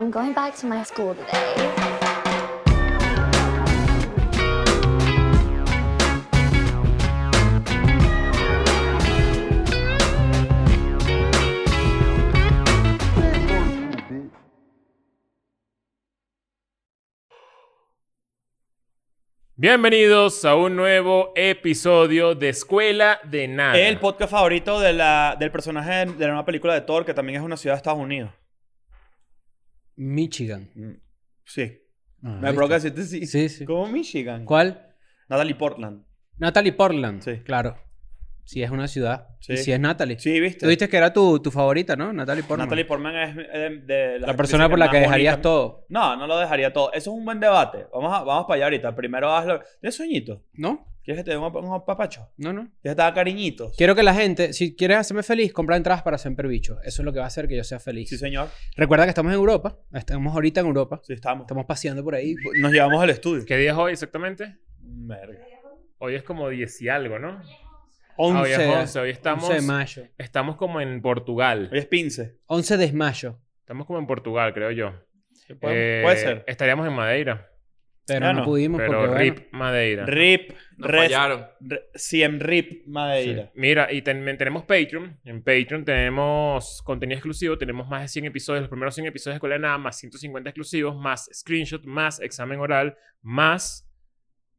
I'm going back to my school today. Bienvenidos a un nuevo episodio de Escuela de Nada. El podcast favorito de la, del personaje de, de la nueva película de Thor, que también es una ciudad de Estados Unidos. Michigan. Mm, Sí. Ah, Me ¿viste? provoca decirte sí. Sí, sí. Como Michigan. ¿Cuál? Natalie Portland. Natalie Portland. Sí. Claro. Sí, es una ciudad. Sí. Y sí es Natalie. Sí, ¿viste? Tú dijiste que era tu, tu favorita, ¿no? Natalie Portland. Natalie Portman es eh, de las la persona actrices por la que más dejarías bonitas- todo, No, no lo dejaría todo. Eso es un buen debate. Vamos, a- vamos para allá ahorita. Primero hazlo. ¿Tienes sueñito? ¿no? ¿Quieres que te dé un, un papacho? No, no. ¿Quieres que te haga cariñitos? Quiero que la gente, si quieres hacerme feliz, compra entradas para Semper Bicho. Eso es lo que va a hacer que yo sea feliz. Sí, señor. Recuerda que estamos en Europa. Estamos ahorita en Europa. Sí, estamos. Estamos paseando por ahí. Nos llevamos al estudio. ¿Qué día es hoy exactamente? Verga. Hoy es como 10 y algo, ¿no? Ah, hoy 11, es 11, hoy estamos- 11 de mayo. Estamos como en Portugal. Hoy es pince. 11 de mayo. Estamos como en Portugal, creo yo. Puede Eh, puede ser. Estaríamos en Madeira. Pero Ah, no, no. pudimos Pero porque, RIP bueno, Madeira. Rip. Nos res- fallaron. re- CM Rip Madeira. Sí. Mira, y ten- tenemos Patreon. En Patreon tenemos contenido exclusivo. Tenemos más de 100 episodios. Los primeros 100 episodios de Escuela de Nada, más 150 exclusivos, más screenshot, más examen oral, más...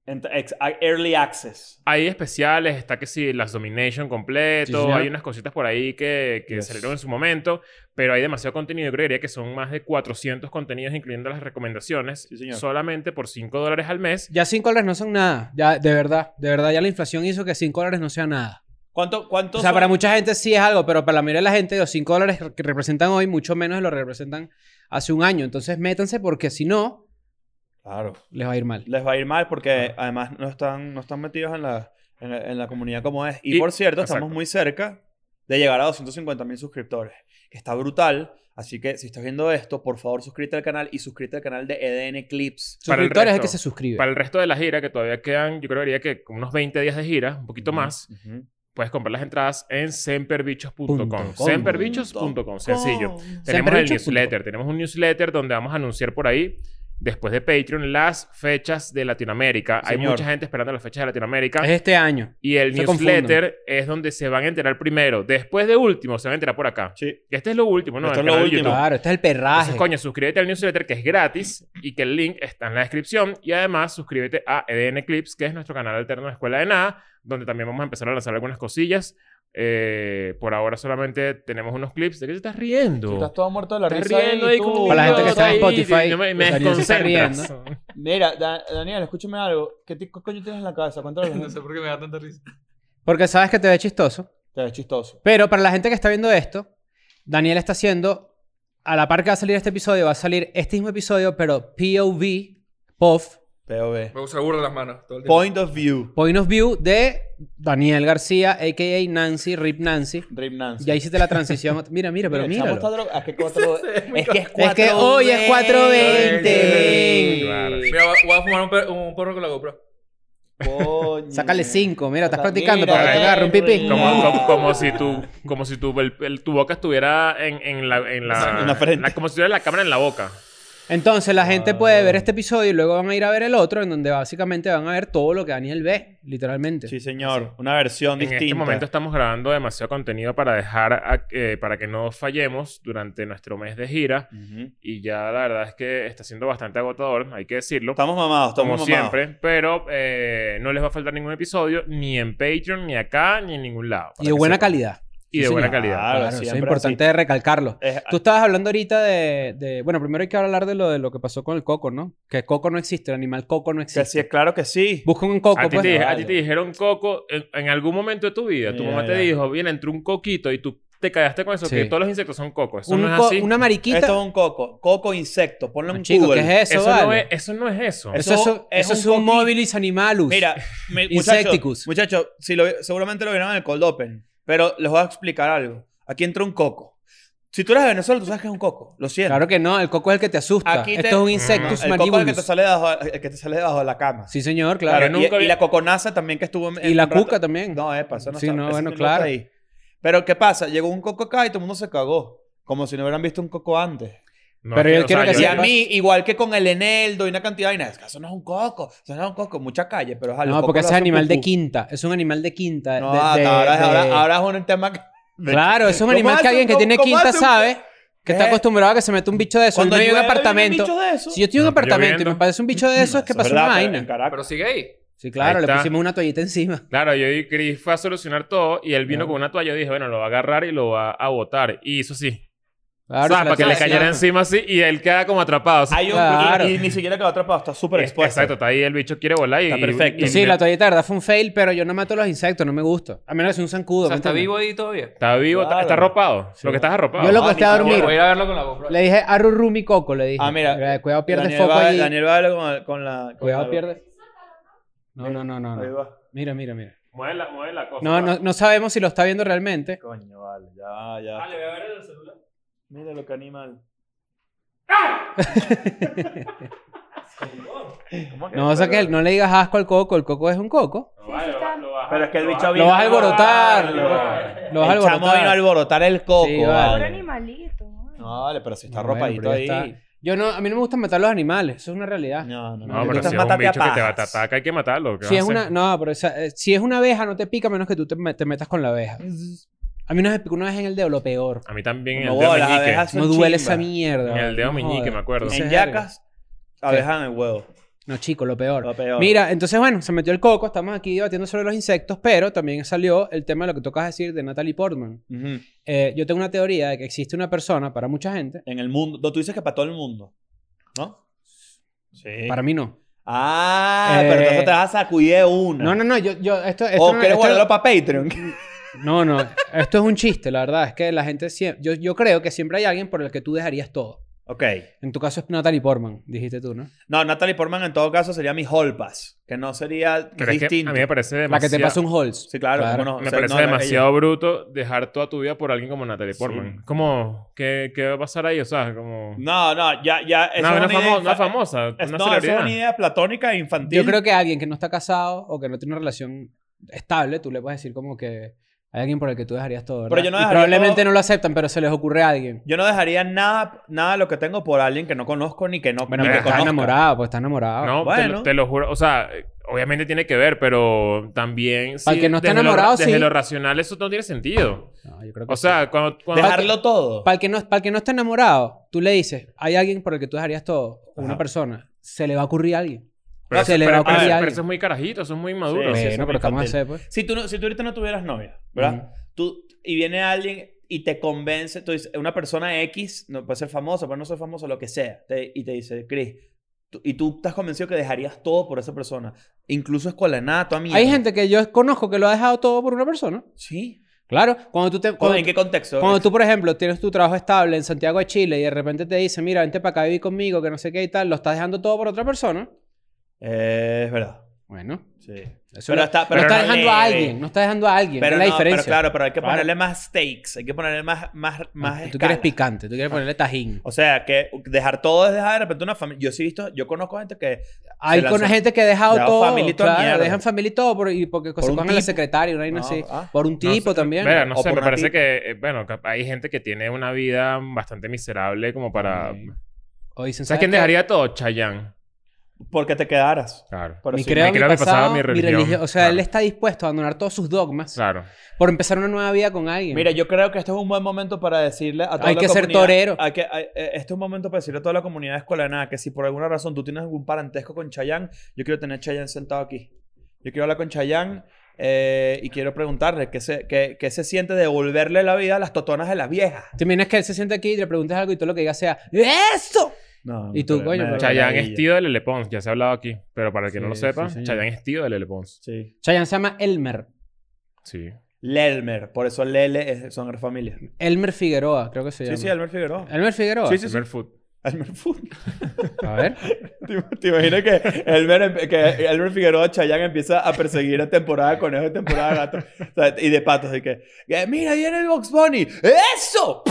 Ent- ex- a- early access. Hay especiales, está que sí, las Domination Sí, completo, señor. hay unas cositas por ahí que, que Yes. salieron en su momento, pero hay demasiado contenido. Yo creería que son más de 400 contenidos, incluyendo las recomendaciones, Sí, señor. solamente por 5 dólares al mes. ya 5 dólares no son nada. Ya, de verdad. De verdad, ya la inflación hizo que 5 dólares no sea nada. ¿Cuánto, cuánto O sea, son- para mucha gente sí es algo, pero para la mayoría de la gente los 5 dólares que representan hoy, mucho menos de lo que representan hace un año. Entonces métanse porque si no, Claro. les va a ir mal. Les va a ir mal porque además no están, no están metidos en la, en, la, en la comunidad como es. Y, Y- por cierto, estamos exacto. muy cerca de llegar a 250 mil suscriptores, que está brutal. Así que si estás viendo esto, por favor suscríbete al canal y suscríbete al canal de EDN Clips. Para el Suscriptores es el resto. que se suscribe. Para el resto de la gira, que todavía quedan, yo creería que como unos 20 días de gira, un poquito más, Ujú. puedes comprar las entradas en Punto semperbichos.com. com. Semperbichos.com, sencillo. Tenemos el Semperbichos punto com. newsletter, tenemos un newsletter donde vamos a anunciar por ahí, después de Patreon, las fechas de Latinoamérica. Hay Señor. Eh, mucha gente esperando las fechas de Latinoamérica. Es este año. Y el Se newsletter es donde se van a enterar primero. Después de último, se van a enterar por acá. Sí. Y este es lo último, ¿no? Esto El es lo canal de último. YouTube. Claro, este es el perraje. Entonces, coño, suscríbete al newsletter que es gratis y que el link está en la descripción. Y además, suscríbete a EDN Clips, que es nuestro canal alterno de Escuela de Nada, donde también vamos a empezar a lanzar algunas cosillas. Eh, por ahora solamente tenemos unos clips. ¿De qué te estás riendo? Estás todo muerto de la Estás risa riendo ahí tú. como un Para la gente que está en idiota ahí, Spotify, no me, me pues, Ariel se está desconcentras. Mira, Da- Daniel, escúchame algo. ¿Qué, ti- qué coño tienes en la cabeza? Cuéntalo. a la No gente. sé por qué me da tanta risa. Porque sabes que te ve chistoso. Te ves chistoso. Pero para la gente que está viendo esto, Daniel está haciendo, a la par que va a salir este episodio, va a salir este mismo episodio, pero POV, POV, POV. Me usa burro las manos todo el tiempo. Point of view. Point of View de Daniel García, a.k.a. Nancy, Rip Nancy. Rip Nancy. Ya hiciste la transición. Mira, mira, pero el chamo mira. está droga- Es que cuatro- es que es Es que hoy es 420. Claro. Mira, voy a- voy a fumar un, per- un porro con la GoPro. Coño. Sácale 5. Mira, estás Mira, practicando para que te eh, agarre un pipí. güey. Como, No. como, como si tu, como si tu, el- el- tu boca estuviera en, en la, en la, En la frente. Como si tuviera la cámara en la boca. Entonces la gente Ah. puede ver este episodio y luego van a ir a ver el otro, en donde básicamente van a ver todo lo que Daniel ve, literalmente. Sí, señor. Una versión En distinta. este momento estamos grabando demasiado contenido para dejar, a- eh, para que no fallemos durante nuestro mes de gira. Ujú. Y ya la verdad es que está siendo bastante agotador, hay que decirlo. Estamos mamados, como estamos mamados. siempre, pero eh, no les va a faltar ningún episodio, ni en Patreon, ni acá, ni en ningún lado. para Y de que buena sepan. calidad. Y de Sí, buena señor. calidad. Claro, Claro, eso es siempre importante recalcarlo. Es- Tú estabas hablando ahorita de, de- Bueno, primero hay que hablar de lo, de lo que pasó con el coco, ¿no? Que coco no existe, el animal coco no que existe. sí, es claro que sí. Busca un coco, a, ti pues. te, dije- a Vale. ti te dijeron coco en, en algún momento de tu vida. Tu Ya, mamá ya. te dijo, bien, entró un coquito y tú te cagaste con eso, Sí. que todos los insectos son cocos. Eso Un no es co- así. Una mariquita. Esto es un coco. Coco insecto. Ponlo en No, chico, Google. ¿qué es eso, eso, no vale? es, eso no es eso. Es- Eso, Eso es, eso es es un un coqui- movilus animalus. Mira, me- muchachos, Insecticus. muchachos, si lo vi- seguramente lo vieron en el cold open, pero les voy a explicar algo. Aquí entra un coco. Si tú eres de Venezuela, tú sabes que es un coco. Lo siento. claro que no, el coco es el que te asusta. Aquí te- Esto es un insectus el coco es el que te mandibulus. sale debajo, el que te sale debajo de la cama. Sí, señor, Claro, claro. Yo y, nunca y vi- la coconaza también que estuvo... en- Y la un rato- cuca también. No, epa, eso no Sí, está- no, eso bueno, no está claro. ahí. Pero ¿qué pasa? Llegó un coco acá y todo el mundo se cagó. Como si no hubieran visto un coco antes. No, Pero es yo quiero que Y sea- a mí, igual que con el Eneldo y una cantidad de vainas, eso no es un coco, eso no es un coco, mucha calle, pero ojalá. el No, coco porque lo ese es hace un animal de pupú. quinta. Es un animal de quinta. No, de- de- ahora, de- ahora, ahora es un tema que... Claro, eso es un ¿Cómo animal hace que un- alguien que cómo- tiene cómo quinta hace un- sabe que está ¿Qué? acostumbrado a que se mete un bicho de eso. Cuando en medio de un llueve, viene un apartamento. bicho de eso. Si yo estoy en un No, pero yo apartamento y viendo- me parece un bicho de eso, es Eso que es pasó una verdad, pero en vaina. Caracas. Pero sigue ahí. Sí, claro, Ahí le está. pusimos una toallita encima. Claro, yo y Chris fue a solucionar todo y él vino Claro. con una toalla y dije, bueno, lo va a agarrar y lo va a botar. Y hizo así. Claro, O sea, se la para que le echó cayera encima así y él queda como atrapado. así. Hay un, Claro. y, y ni siquiera quedó atrapado, está súper Es- expuesto. Exacto, está ahí el bicho quiere volar y... Está perfecto. y- y- Sí, la toallita de verdad fue un fail, pero yo no mato los insectos, no me gusta. A menos que sea un zancudo. O sea, ¿me está entiendes? vivo ahí todavía. Está vivo, está- Claro. está arropado. Lo que estás arropado. Yo lo Ah, acosté ni a Voy dormir. voy a ir a verlo con la GoPro. Le dije arru mi coco, le dije. Ah, mira, Eh, Cuidado, pierde Daniel foco va, allí. Daniel va con, la- con la... con Cuidado, la- pierde. No, no, no, no. Ahí no. va. Mira, mira, mira. Mueve la, mueve la cosa. No, no, no sabemos si lo está viendo realmente. Coño, vale, ya, ya. voy a ver el celular. Mira lo que animal. ¿Cómo que? No, o sea que no le digas asco al coco, el coco es un coco. vale, lo va- lo Pero es que el bicho Lo vino. vas a alborotar. Lo- Lo vas a el chamo vino a alborotar. alborotar el coco. Sí, vale. Pobre vale. animalito. ¿no? No, vale, pero si está Bueno, ropadito pero ahí. ya está. Yo no, a mí no me gusta matar los animales, eso es una realidad. No, no, No, Te pero gusta si es un Mátate a bicho que te va- te pajas. ataca, hay que matarlo. ¿qué Si es vas a una, hacer? no, pero esa- eh, si es una abeja no te pica a menos que tú te, me- te metas con la abeja. A mí una vez me picó una vez en el dedo, lo peor. A mí también No, el dedo las meñique. abejas- Son No duele chimbas. esa mierda. En el dedo no meñique, jodas. me acuerdo. Entonces, En verga. yacas, abejas en el huevo. No, chico, lo peor. Lo peor. Mira, entonces, bueno, se metió el coco. Estamos aquí debatiendo sobre los insectos, pero también salió el tema de lo que tocas decir de Natalie Portman. Ujú. Eh, yo tengo una teoría de que existe una persona, para mucha gente, En el mundo. No, tú dices que para todo el mundo. ¿No? Sí. para mí no. Ah, Eh, pero entonces te vas a sacudir de una. No, no, no, yo, yo esto, esto O no- Oh, quieres esto- guardarlo para Patreon. No, no, esto es un chiste, la verdad. Es que la gente siempre. Yo, yo creo que siempre hay alguien por el que tú dejarías todo. ok. En tu caso es Natalie Portman, dijiste tú, ¿no? No, Natalie Portman en todo caso sería mi hall pass. Que no sería Pero es que distinto. a mí me parece La demasiado... que te pasó un Halls. Sí, claro. Claro. cómo no, o Me sea, parece no, ella- demasiado bruto dejar toda tu vida por alguien como Natalie Sí. Portman. Como, ¿qué, ¿qué va a pasar ahí? O sea, como... No, no, ya, ya. eso no, es una, idea famo- una infa- famosa, una es- No, eso es celebridad. una idea platónica e infantil. Yo creo que alguien que no está casado o que no tiene una relación estable, tú le puedes decir como que hay alguien por el que tú dejarías todo. ¿verdad? Pero yo no Y dejaría probablemente todo- no lo aceptan, pero se les ocurre a alguien. Yo no dejaría nada, nada de lo que tengo por alguien que no conozco ni que no Bueno, ni porque que está conozca. enamorado, pues está enamorado. No, te lo- te, Bueno. lo juro. O sea, eh, obviamente tiene que ver, pero también... Para el que no está desde lo- enamorado, Desde sí. lo racional eso no tiene sentido. No, yo creo que O sea, cuando... cuando- Dejarlo todo. Para el, que no, para el que no está enamorado, tú le dices, hay alguien por el que tú dejarías todo, o una Ajá. persona, se le va a ocurrir a alguien. Pero, se le pero- va a pero- ocurrir pero a alguien. eso es muy carajito, eso es muy maduro. Sí, bueno, eso es muy pero ¿qué vamos a infantil. hacer, pues? Si tú, no- si tú ahorita no tuvieras novia, ¿verdad? Tú, y viene alguien y te convence, tú dices, una persona X, no puede ser famosa, puede no ser famosa, lo que sea, te- y te dice, Chris, tú- y tú estás convencido que dejarías todo por esa persona, incluso escuela de nada, toda mierda. Mm. Hay gente que yo conozco que lo ha dejado todo por una persona. Sí. Claro, cuando tú te... ¿Cómo- cuando ¿En qué contexto? Cuando tú, por ejemplo, tienes tu trabajo estable en Santiago de Chile y de repente te dice, mira, vente para acá a vivir conmigo, que no sé qué y tal, lo estás dejando todo por otra persona. Eh, es verdad. Bueno, Sí. eso Pero no- está- no pero está no dejando a leve. alguien, no está dejando a alguien. Pero, es la no, diferencia. pero claro, pero hay que Claro. Ah, ponerle más stakes, hay que ponerle más, más, más tú quieres escala. picante, tú quieres ponerle tajín. O sea, que dejar todo es dejar de repente una familia. Yo sí he visto, yo conozco gente que. Hay se con lanzó- gente que ha dejado Dejado todo. familia y toda claro, mierda. dejan familia y todo por- y porque se un cogen a la tipo. secretaria, una vaina No, así. ah. Por un No tipo sé, también. verga, no O sé, por me una parece tipa. que, eh, bueno, cap- hay gente que tiene una vida bastante miserable como para... Sí. O dicen, ¿Sabes quién qué? dejaría todo? Chayanne. Porque te quedaras. Claro. Pero Mi sí. credo, Me mi creo que pasaba pasado, mi mi religión. religión. O sea, Claro. él está dispuesto a abandonar todos sus dogmas Claro. por empezar una nueva vida con alguien. Mira, yo creo que este es un buen momento para decirle a toda Hay la que ser comunidad- torero. hay que- hay- eh, este es un momento para decirle a toda la comunidad de Escuela de Nada que si por alguna razón tú tienes algún parentesco con Chayanne, yo quiero tener a Chayanne sentado aquí. Yo quiero hablar con Chayanne eh, y quiero preguntarle qué se, qué, qué se siente devolverle la vida a las totonas de las viejas. Te imaginas que él se siente aquí y le preguntes algo y todo lo que diga sea ¡Eso! No, Y tú, pero me coño, da pero- Chayanne maravilla. es tío de Lele Pons, ya se ha hablado aquí. Pero para el que no Sí, lo sepa, sí, señor. Chayanne es tío de Lele Pons. Sí. Chayanne se llama Elmer. Sí. Lelmer, por eso Lele es- son familia. Elmer Figueroa, creo que se llama. Sí, sí, Elmer Figueroa. Elmer Figueroa. Sí, sí, sí. Primer food. Elmer Food. A ver. ¿Te, te imaginas que Elmer, em- que Elmer Figueroa Chayanne empieza a perseguir a temporada de conejo y temporada de gato? O sea, y de patos. Y que, que, mira, viene el Box Bunny. ¡Eso!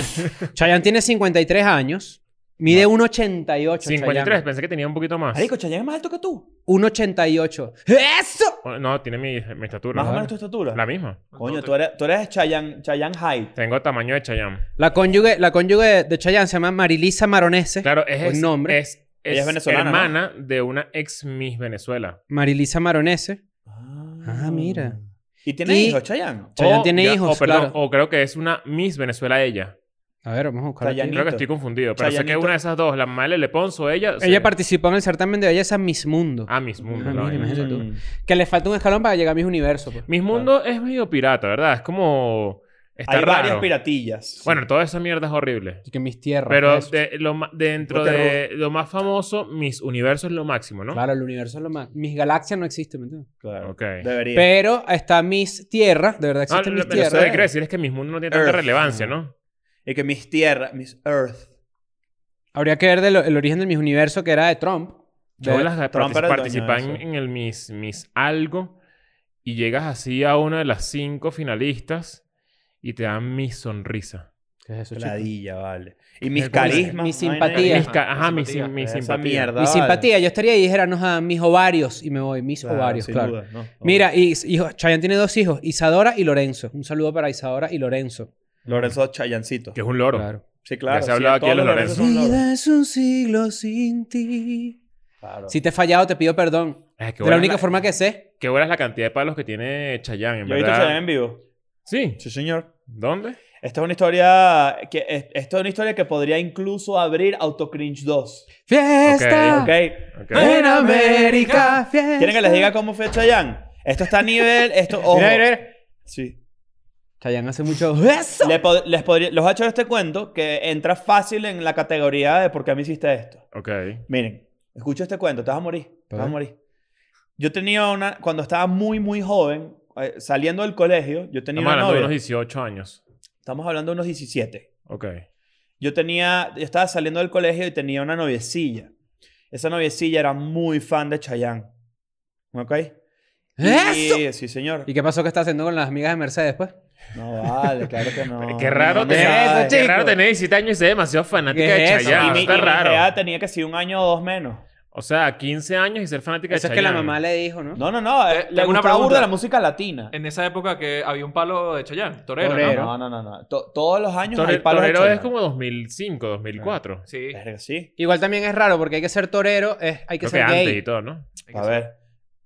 Chayanne tiene 53 años. Mide 1,88. 53, pensé que tenía un poquito más. Marico, Chayanne es más alto que tú. 1,88. ¡Eso! Oh, No, tiene mi, mi estatura. Más o menos tu estatura. La misma. Coño, tú eres, tú eres Chayanne, Chayanne Hyde. Tengo tamaño de Chayam. La cónyuge, la cónyuge de Chayanne se llama Marilisa Maronese. Claro, es, Buen nombre. es, Ella es venezolana, ¿no? hermana de una ex Miss Venezuela. Marilisa Maronese. Ah, mira. ¿Y tiene Y- Ah, hijos, Chayanne? Chayanne O- tiene Oh, ya- hijos, o, perdón, claro. o creo que es una Miss Venezuela ella. A ver, vamos a buscar. aquí. Chayanne. Creo que estoy confundido. Pero sé que Chayanito. una de esas dos, la Male Leponzo, ella. Ella sí. participó en el certamen de belleza Miss Mundo. Ah, Miss Mundo. Ah, la mira, vaina. imagínate. Que le falta un escalón para llegar a Miss Universo. pues. Miss Mundo es medio pirata, ¿verdad? Es como. Está Hay raro. varias piratillas. Bueno, toda esa mierda es horrible. Así que Miss Tierra. pues. Pero eso. de- lo ma- dentro Ponte de lo más famoso, Miss Universo es lo máximo, ¿no? Claro, el universo es lo más. Miss Galaxia no existe, ¿me entiendes? claro. Ok. Debería. Pero está Miss Tierra. De verdad Ah, existe lo, Miss lo- lo que quiere Tierra. decir es que Miss Mundo no tiene tanta Earth. relevancia, ¿no? Y que mis tierras, mis earth. Habría que ver de lo- el origen del Miss Universo que era de Trump. De- Yo las Trump era el participan dueño de eso. en el Miss, Miss Algo y llegas así a una de las cinco finalistas y te dan Miss Sonrisa. ¿Qué es eso, chico? Ladilla, vale. Y mis El- ¿cómo se- carismas. mis vaina de- simpatías. Mis ca- ajá, mi, sim- mi Esa simpatía. mierda. Mi vale. simpatía. Yo estaría y dijera, no, a mis ovarios. Y me voy. Mis Claro, ovarios, sin claro. duda, no. Mira, y, hijo, Chayanne tiene dos hijos, Isadora y Lorenzo. Un saludo para Isadora y Lorenzo. Lorenzo Chayancito. Que es un loro. Sí, claro. Ya se sí, ha hablado aquí de todos los Lorenzo. Lorenzos son loros. Vida es un siglo sin ti. Claro. Si te he fallado, te pido perdón. Es que De la buena única es la, forma que sé. qué buena es la cantidad de palos que tiene Chayanne, en Yo he visto Chayanne verdad. en vivo. Sí. Sí, señor. ¿Dónde? Esta es una historia que es- esto es una historia que podría incluso abrir Autocringe 2. Fiesta ¿Ok? Ok. ¿Eh? en América. Fiesta. ¿Quieren que les diga cómo fue Chayanne? Esto está a nivel, esto ojo. Mira, mira, mira. Sí. Chayanne hace mucho. ¡Eso! Le pod- les podría, los ha hecho este cuento que entra fácil en la categoría de por qué me hiciste esto. Ok. Miren, escucha este cuento, te vas a morir, te vas a ver. morir. Yo tenía una, cuando estaba muy, muy joven, eh, saliendo del colegio, yo Estamos tenía una hablando de novia. unos 18 años. Estamos hablando de unos 17. Ok. Yo tenía, yo estaba saliendo del colegio y tenía una noviecilla. Esa noviecilla era muy fan de Chayanne. ¿Ok? ¡Eso! Y- sí, señor. ¿Y qué pasó que está haciendo con las amigas de Mercedes, pues? No vale, claro que no. Qué raro, No, no tener, eso, sabe. qué chico. raro tener 17 años y ser demasiado fanática ¿Qué de es eso? Y Chayanne. mi, Está y mi edad raro. tenía que ser un año o dos menos. O sea, 15 años y ser fanática Eso de es que la Chayanne. mamá le dijo, ¿no? No, no, no. eh, Te- Le tengo una gustaba burda pregunta. la música latina. En esa época que había un palo de Chayanne, torero. Torero. ¿no? No, no, no, no. To- todos los años hay Torero, palos de Torero es Chayanne. como 2005, 2004. Sí. hay Verga, Sí. Igual también es raro porque hay que ser torero, es, hay que Creo que ser gay. antes y todo, ¿no? que A ser- ver.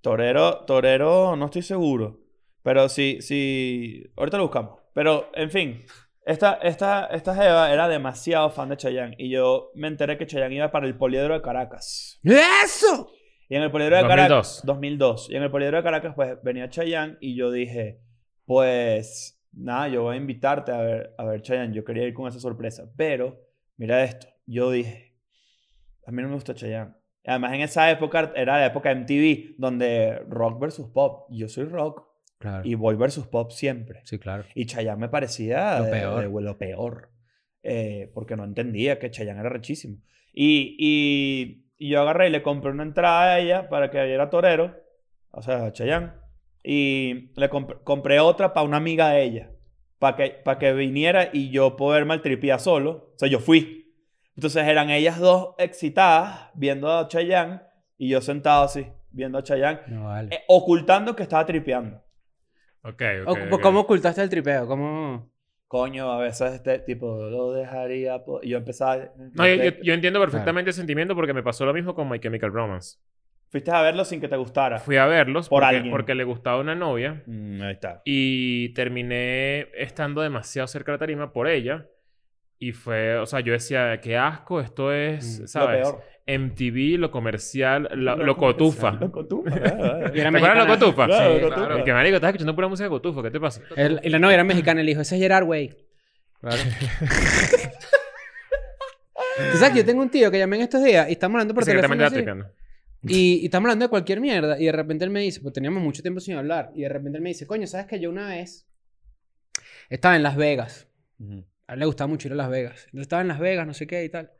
Torero, torero, no estoy seguro. Pero sí, sí. Ahorita lo buscamos. Pero, en fin. Esta, esta, esta Jeva era demasiado fan de Chayanne. Y yo me enteré que Chayanne iba para el Poliedro de Caracas. ¡Eso! Y en el Poliedro de Caracas. 2002. 2002. Y en el Poliedro de Caracas, pues venía Chayanne. Y yo dije, pues. Nada, yo voy a invitarte a ver, a ver Chayanne. Yo quería ir con esa sorpresa. Pero, mira esto. Yo dije, a mí no me gusta Chayanne. Además, en esa época era la época MTV, donde rock versus pop. Yo soy rock Claro. y voy versus pop siempre. Sí, claro. Y Chayanne me parecía Lo de- peor. de lo peor. Eh, porque no entendía que Chayanne era rechísimo. Y, y- y yo agarré y le compré una entrada a ella para que viera Torero, o sea, a Chayanne. Y le comp- compré otra para una amiga de ella, para que, para que viniera y yo poder maltripiar solo. O sea, yo fui. Entonces eran ellas dos excitadas viendo a Chayanne y yo sentado así, viendo a Chayanne, No vale. eh, ocultando que estaba tripeando. Ok, ok. O- ok. ¿Cómo ocultaste el tripeo? ¿Cómo...? Coño, a veces este tipo lo dejaría. po- Y yo empezaba. No, yo, yo- yo entiendo perfectamente el sentimiento porque me pasó lo mismo con My Chemical Romance. Fuiste a verlo sin que te gustara. Fui a verlos Por porque, alguien. porque le gustaba una novia Mm, ahí está. y terminé estando demasiado cerca de la tarima por ella. Y fue, o sea, yo decía, qué asco, esto Mm, es, lo ¿sabes? Lo peor. MTV, lo comercial, la- Lo lo cotufa. Lo cotufa. claro, Y era ¿Te acuerdas de la mexicana. cotufa? claro, Sí, lo claro. cotufa. Que marico, estás escuchando pura música de cotufa, ¿qué te pasa? El, y la novia era mexicana, el hijo. Ese es Gerard Way. Tú sabes que yo tengo un tío que llamé en estos días y estamos hablando por Dice que también teléfono. te está así, atacando. y, y estamos hablando de cualquier mierda. Y de repente él me dice, pues teníamos mucho tiempo sin hablar. Y de repente él me dice, coño, ¿sabes que yo una vez estaba en Las Vegas? Ujú. A él le gustaba mucho ir a Las Vegas. Entonces estaba en Las Vegas, no sé qué y tal.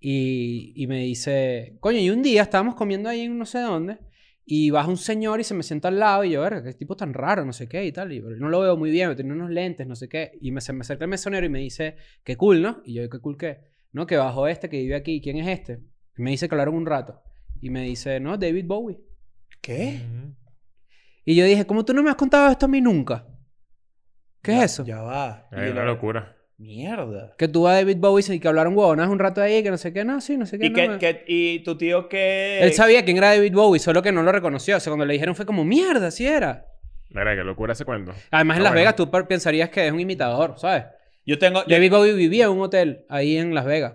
Y, y me dice, coño, y un día estábamos comiendo ahí en no sé dónde. Y baja un señor y se me sienta al lado. Y yo, verga, qué tipo tan raro, no sé qué y tal. Y yo, no lo veo muy bien, tiene unos lentes, no sé qué. Y me, se me acerca el mesonero y me dice, qué cool, ¿no? Y yo, qué cool qué. No, que bajó este que vive aquí. ¿Quién es este? Y me dice que hablaron un rato. Y me dice, no, David Bowie. ¿Qué? Y yo dije, ¿cómo tú no me has contado esto a mí nunca? ¿Qué Ya- es eso? Ya va. Es una locura. Mierda. Que tú a David Bowie y que hablaron huevonas un rato ahí, que no sé qué, no, sí, no sé qué. ¿Y, no, que- eh, me- que- y tu tío que... Él sabía quién era David Bowie, solo que no lo reconoció. O sea, cuando le dijeron fue como, mierda, sí era. Mira, qué locura ese cuento. Además, en Ah, Las bueno. Vegas tú pe- pensarías que es un imitador, ¿sabes? Yo tengo... yo- David Bowie vivía en un hotel ahí en Las Vegas.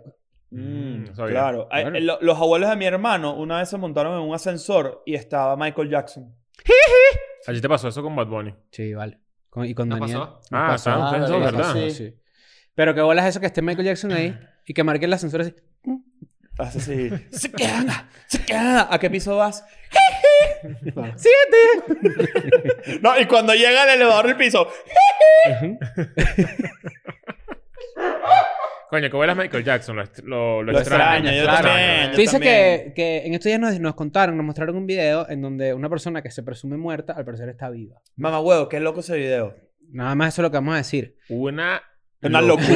Mm, No sabía. claro. Ay, Claro. lo- los abuelos de mi hermano una vez se montaron en un ascensor y estaba Michael Jackson. ¿A ti te pasó eso con Bad Bunny? Sí, vale. Con- y con ¿No Daniel. pasó? Nos Ah, pasó. estaban ustedes dos, nos ¿verdad? pasó, sí. Pero qué bolas eso que esté Michael Jackson ahí y que marque el ascensor así. Hace así. ¡Se queda! ¡Se queda! ¿A qué piso vas? ¡Siete! No, y cuando llega el elevador del piso. Coño, que huele a Michael Jackson. Lo, est- lo, lo Lo extraño, yo Claro. también. Tú Yo dices también. que, que en estos días nos, nos contaron, nos mostraron un video en donde una persona que se presume muerta, al parecer está viva. Mamá huevo, qué loco ese video. Nada más eso es lo que vamos a decir. Una... Una locura.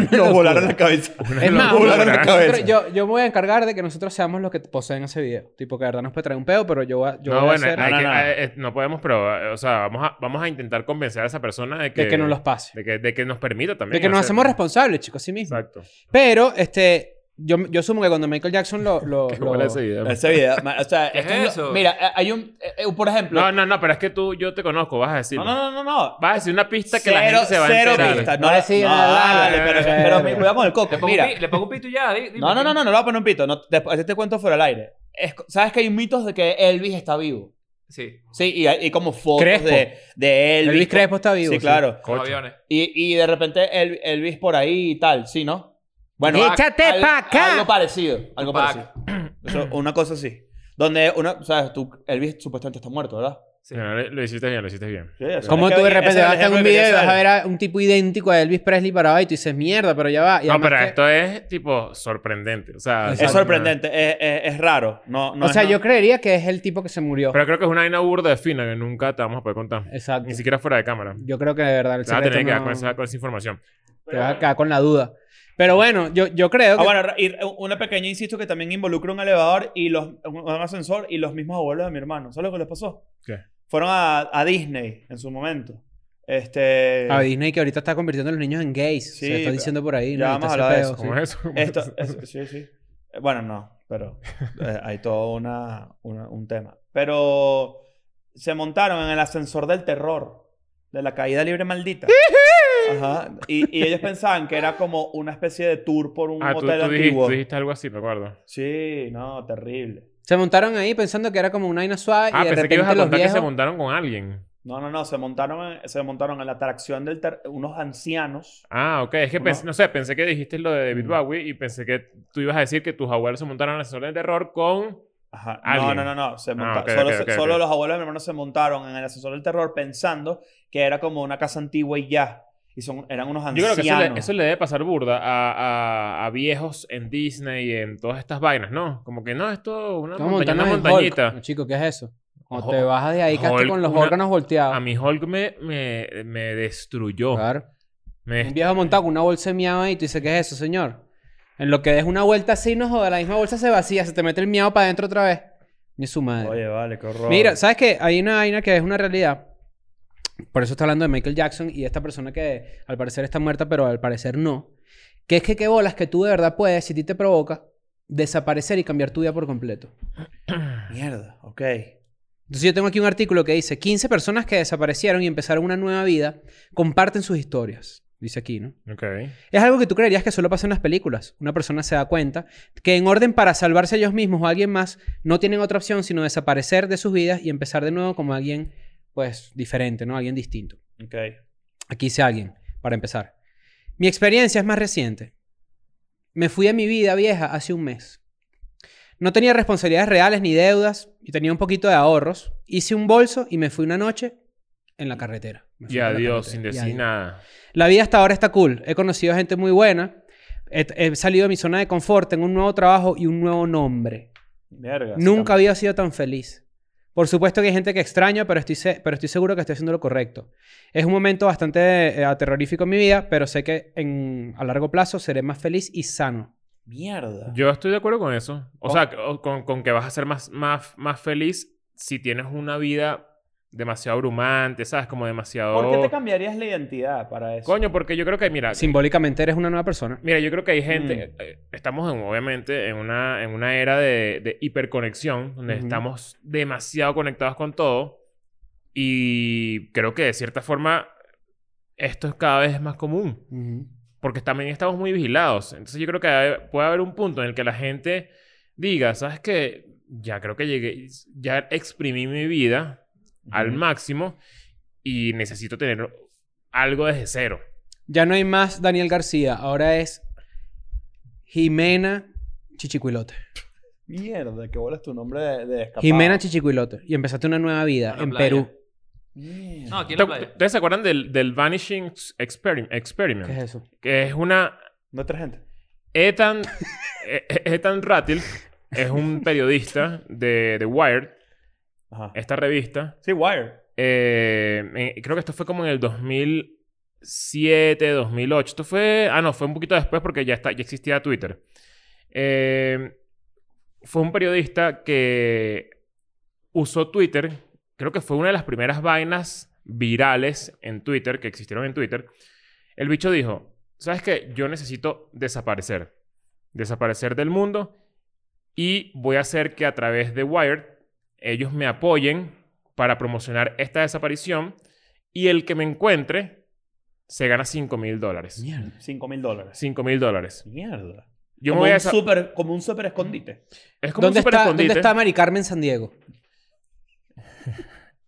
Nos locura. volaron la cabeza. Es más, Nos volaron la locura. cabeza. Pero yo, yo me voy a encargar de que nosotros seamos los que poseen ese video. Tipo, que de verdad nos puede traer un peo, pero yo, voy a- yo no, voy a bueno, hacer hay No, que- no, no. eh, eh, no podemos probar. O sea, vamos a, vamos a intentar convencer a esa persona de que... de que nos los pase. de que, de que nos permita De también. que nos hacer- hacemos responsables, chicos, sí mismo. Exacto. Pero, este, yo, yo asumo que cuando Michael Jackson lo... lo, Qué lo- bola esa idea. Ese video. ma- O sea, ¿Qué esto es lo- eso? Mira, eh, hay un. eh, eh, por ejemplo. No, no, no, pero es que tú, yo te conozco, vas a decir. no, no, no. no, no. Vas a decir una pista que la Cero, gente se va a cero enterar. pistas. No, No no, decir no, nada, dale, pero, dale. pero mi- cuidado con el coco. Le pongo, Mira. un pi- le pongo un pito y ya. di- dime. No, no, no, no, no le voy a poner un pito. No, después te cuento fuera del aire. Es co- ¿Sabes que hay mitos de que Elvis está vivo? Sí, Sí, y hay y como fotos Crespo. de, de Elvis. Elvis Crespo está vivo. Sí, claro. Cocho. con los aviones. Y, y de repente El- Elvis por ahí y tal, ¿sí, no? Bueno, a- ¡Échate al- pa' acá! Algo parecido. Algo Tupac. parecido. Eso, una cosa así. Donde una, o sea, tú, Elvis supuestamente está muerto, ¿verdad? Sí. No, lo, lo hiciste bien, lo hiciste bien. Como tú de repente vas a estar en un video y vas a ver a un tipo idéntico a Elvis Presley parado y tú dices, mierda, pero ya va. Y No, además pero que- esto es tipo sorprendente. O sea, Es Es no- sorprendente, es, es- es raro. No, no o es sea, nada. yo creería que es el tipo que se murió. Pero creo que es una vaina burda de fina que nunca te vamos a poder contar. Exacto. Ni siquiera fuera de cámara. Te Yo creo que de verdad el vas a tener que secreto quedar no- con esa, con esa información. te vas a quedar con la duda. Pero bueno, yo, yo creo que... Ah, bueno, y una pequeña, insisto, que también involucra un elevador y los, un un ascensor y los mismos abuelos de mi hermano. ¿Sabes lo que les pasó? ¿Qué? Fueron a, a Disney en su momento. Este. A Disney que ahorita está convirtiendo a los niños en gays. Sí, se está diciendo por ahí. ya ¿no? Y vamos está a hablar de ese eso. peo, ¿Cómo sí. es eso? Esto, es- sí, sí. Eh, Bueno, no, pero eh, hay todo una, una- un tema. Pero se montaron en el ascensor del terror, de la caída libre maldita. Ajá. Y, y ellos pensaban que era como una especie de tour por un ah, tú, hotel tú dijiste, antiguo. tú dijiste algo así, me acuerdo. Sí, no, terrible. Se montaron ahí pensando que era como una aina suave Ah, y de pensé que repente ibas a los contar viejos... que se montaron con alguien. No, no, no, se montaron en, se montaron en la atracción del ter- unos ancianos. Ah, ok. Es que No. pensé, no sé, pensé que dijiste lo de David Mm. Bowie y pensé que tú ibas a decir que tus abuelos se montaron en la zona de terror con... Ajá. No, Alguien. no, no, no. Se Ah, monta- ok, solo ok, se- ok, solo ok. los abuelos de mi hermano se montaron en el ascensor del terror pensando que era como una casa antigua y ya. Y son, eran unos Yo creo ancianos. que eso le, eso le debe pasar burda a, a- a viejos en Disney y en todas estas vainas, ¿no? Como que no, esto una, Estamos montaña, una montándonos en montañita. Hulk. No, chico, ¿qué es eso? Cuando Ojo, te bajas de ahí, quedaste Hulk, con los una- órganos volteados. A mi Hulk me, me, me destruyó. Claro. Me Un viejo montado con una bolsa de miado ahí, tú dices, ¿qué es eso, señor? En lo que des una vuelta así, no joda, la misma bolsa se vacía, se te mete el miado para adentro otra vez. Ni su madre. Oye, vale, qué horror. Mira, ¿sabes qué? Hay una vaina que es una realidad. Por eso está hablando de Michael Jackson y esta persona que al parecer está muerta, pero al parecer no. Que es que qué bolas que tú de verdad puedes, si a ti te provoca, desaparecer y cambiar tu vida por completo. Mierda, ok. Entonces yo tengo aquí un artículo que dice, 15 personas que desaparecieron y empezaron una nueva vida comparten sus historias. Dice aquí, ¿no? Ok. Es algo que tú creerías que solo pasa en las películas. Una persona se da cuenta que en orden para salvarse ellos mismos o alguien más, no tienen otra opción sino desaparecer de sus vidas y empezar de nuevo como alguien, pues, diferente, ¿no? Alguien distinto. Ok. Aquí hice alguien, para empezar. Mi experiencia es más reciente. Me fui de mi vida vieja hace un mes. No tenía responsabilidades reales ni deudas y tenía un poquito de ahorros. Hice un bolso y me fui una noche en la carretera. Me fui Y por la adiós, carretera. sin Y decir adiós. nada. La vida hasta ahora está cool. He conocido gente muy buena. He, he salido de mi zona de confort. Tengo un nuevo trabajo y un nuevo nombre. Mierda. Nunca había sido tan feliz. Por supuesto que hay gente que extraño, pero estoy, se- pero estoy seguro que estoy haciendo lo correcto. Es un momento bastante eh, aterrorífico en mi vida, pero sé que en, a largo plazo seré más feliz y sano. Mierda. Yo estoy de acuerdo con eso. Oh. O sea, o- con, con que vas a ser más, más, más feliz si tienes una vida demasiado abrumante, ¿sabes? Como demasiado... ¿Por qué te cambiarías la identidad para eso? Coño, porque yo creo que, mira... Simbólicamente eres una nueva persona. Mira, yo creo que hay gente, Mm. eh, eh, estamos en- obviamente en una, en una era de, de hiperconexión, donde Ujú. estamos demasiado conectados con todo y creo que de cierta forma esto es cada vez más común, porque también estamos muy vigilados. Entonces yo creo que hay- puede haber un punto en el que la gente diga, ¿sabes qué? Ya creo que llegué, ya exprimí mi vida al Ujú. máximo y necesito tener algo desde cero. Ya no hay más Daniel García. Ahora es Jimena Chichicuilote. Mierda, que bolas tu nombre de, de escapado. Jimena Chichicuilote. Y empezaste una nueva vida En la en playa. Perú. Mierda. No, aquí en la playa. ¿Ustedes se acuerdan del, del Vanishing Experim- Experiment? ¿Qué es eso? Que es una... Nuestra gente. Ethan, E- E- Ethan Ratcliffe es un periodista de, de Wired, Ajá. esta revista. Sí, Wire. Eh, en- creo que esto fue como en el 2007, 2008. Esto fue... Ah, no, fue un poquito después porque ya, está, ya existía Twitter. Eh, fue un periodista que usó Twitter. Creo que fue una de las primeras vainas virales en Twitter, que existieron en Twitter. El bicho dijo, ¿sabes qué? Yo necesito desaparecer. Desaparecer del mundo y voy a hacer que a través de Wired ellos me apoyen para promocionar esta desaparición y el que me encuentre se gana 5 mil dólares. Mierda. 5 mil dólares. 5 mil dólares. Mierda. Yo me como, voy a un desa- super, como un super escondite. Es como ¿Dónde un super está, escondite. ¿Dónde está Mari Carmen San Diego?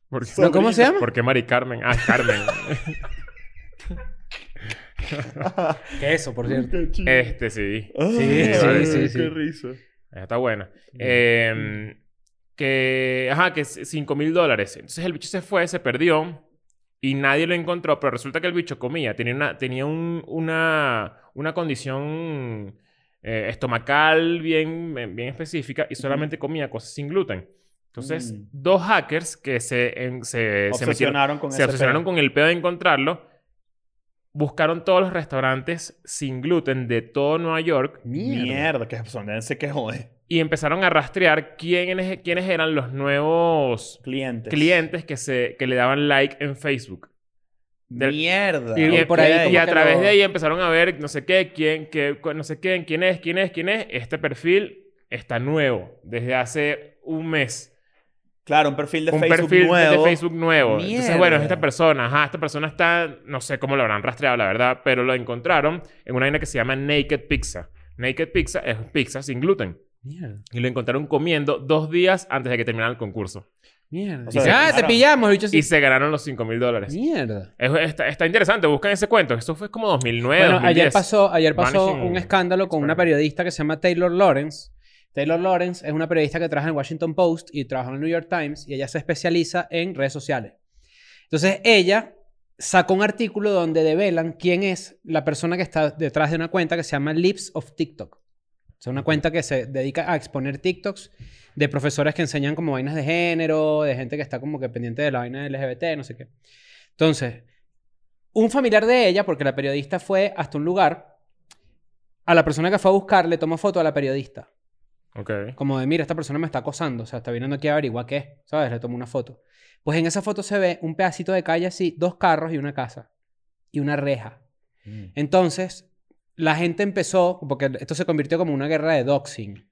¿Por qué? No, ¿Cómo se llama? ¿Por qué Mari Carmen? Ah, Carmen. ¿Qué es eso, por cierto? este sí. Ay, sí, Sí, sí, sí. Qué risa. Esa Está buena. Mm. Eh, que, ajá, que 5 mil dólares. Entonces el bicho se fue, se perdió y nadie lo encontró, pero resulta que el bicho comía, tenía una, tenía un- una, una condición eh, estomacal bien, bien bien específica y solamente comía cosas sin gluten. Entonces, Mm. dos hackers que se, en- se, se metieron, obsesionaron con se ese obsesionaron pedo. con el pedo de encontrarlo. Buscaron todos los restaurantes sin gluten de todo Nueva York Mierda, que son ese que jode. y empezaron a rastrear quiénes, quiénes eran los nuevos Clientes. clientes que, se, que le daban like en Facebook. del- Mierda. Y Y, por ahí y como a que través lo- de ahí empezaron a ver no sé qué, quién, qué, cu- no sé quién, quién es, quién es, quién es. Este perfil está nuevo desde hace un mes. Claro, un perfil de un Facebook perfil nuevo. de Facebook nuevo. Entonces, Mierda. bueno, es esta persona. Ajá, esta persona está, no sé cómo lo habrán rastreado, la verdad, pero lo encontraron en una vaina que se llama Naked Pizza. Naked Pizza es pizza sin gluten. Mierda. Y lo encontraron comiendo dos días antes de que terminara el concurso. Mierda. O sea, Y se- ah, claro. te pillamos, bicho. Y se ganaron los 5 mil dólares. Mierda. Es- está, está interesante, buscan ese cuento. Eso fue como 2009. Bueno, ayer 2010. pasó, ayer pasó Vanishing un escándalo con una Experiment. periodista que se llama Taylor Lawrence. Taylor Lawrence es una periodista que trabaja en Washington Post y trabaja en el New York Times y ella se especializa en redes sociales. Entonces ella sacó un artículo donde develan quién es la persona que está detrás de una cuenta que se llama Lips of TikTok. O sea, una cuenta que se dedica a exponer TikToks de profesores que enseñan como vainas de género, de gente que está como que pendiente de la vaina LGBT, no sé qué. Entonces, un familiar de ella, porque la periodista fue hasta un lugar, a la persona que fue a buscar le tomó foto a la periodista. Ok. Como de, mira, esta persona me está acosando, o sea, está viniendo aquí a averiguar qué es, ¿sabes? Le tomó una foto. Pues en esa foto se ve un pedacito de calle así, dos carros y una casa. Y una reja. Mm. Entonces, la gente empezó, porque esto se convirtió como una guerra de doxing.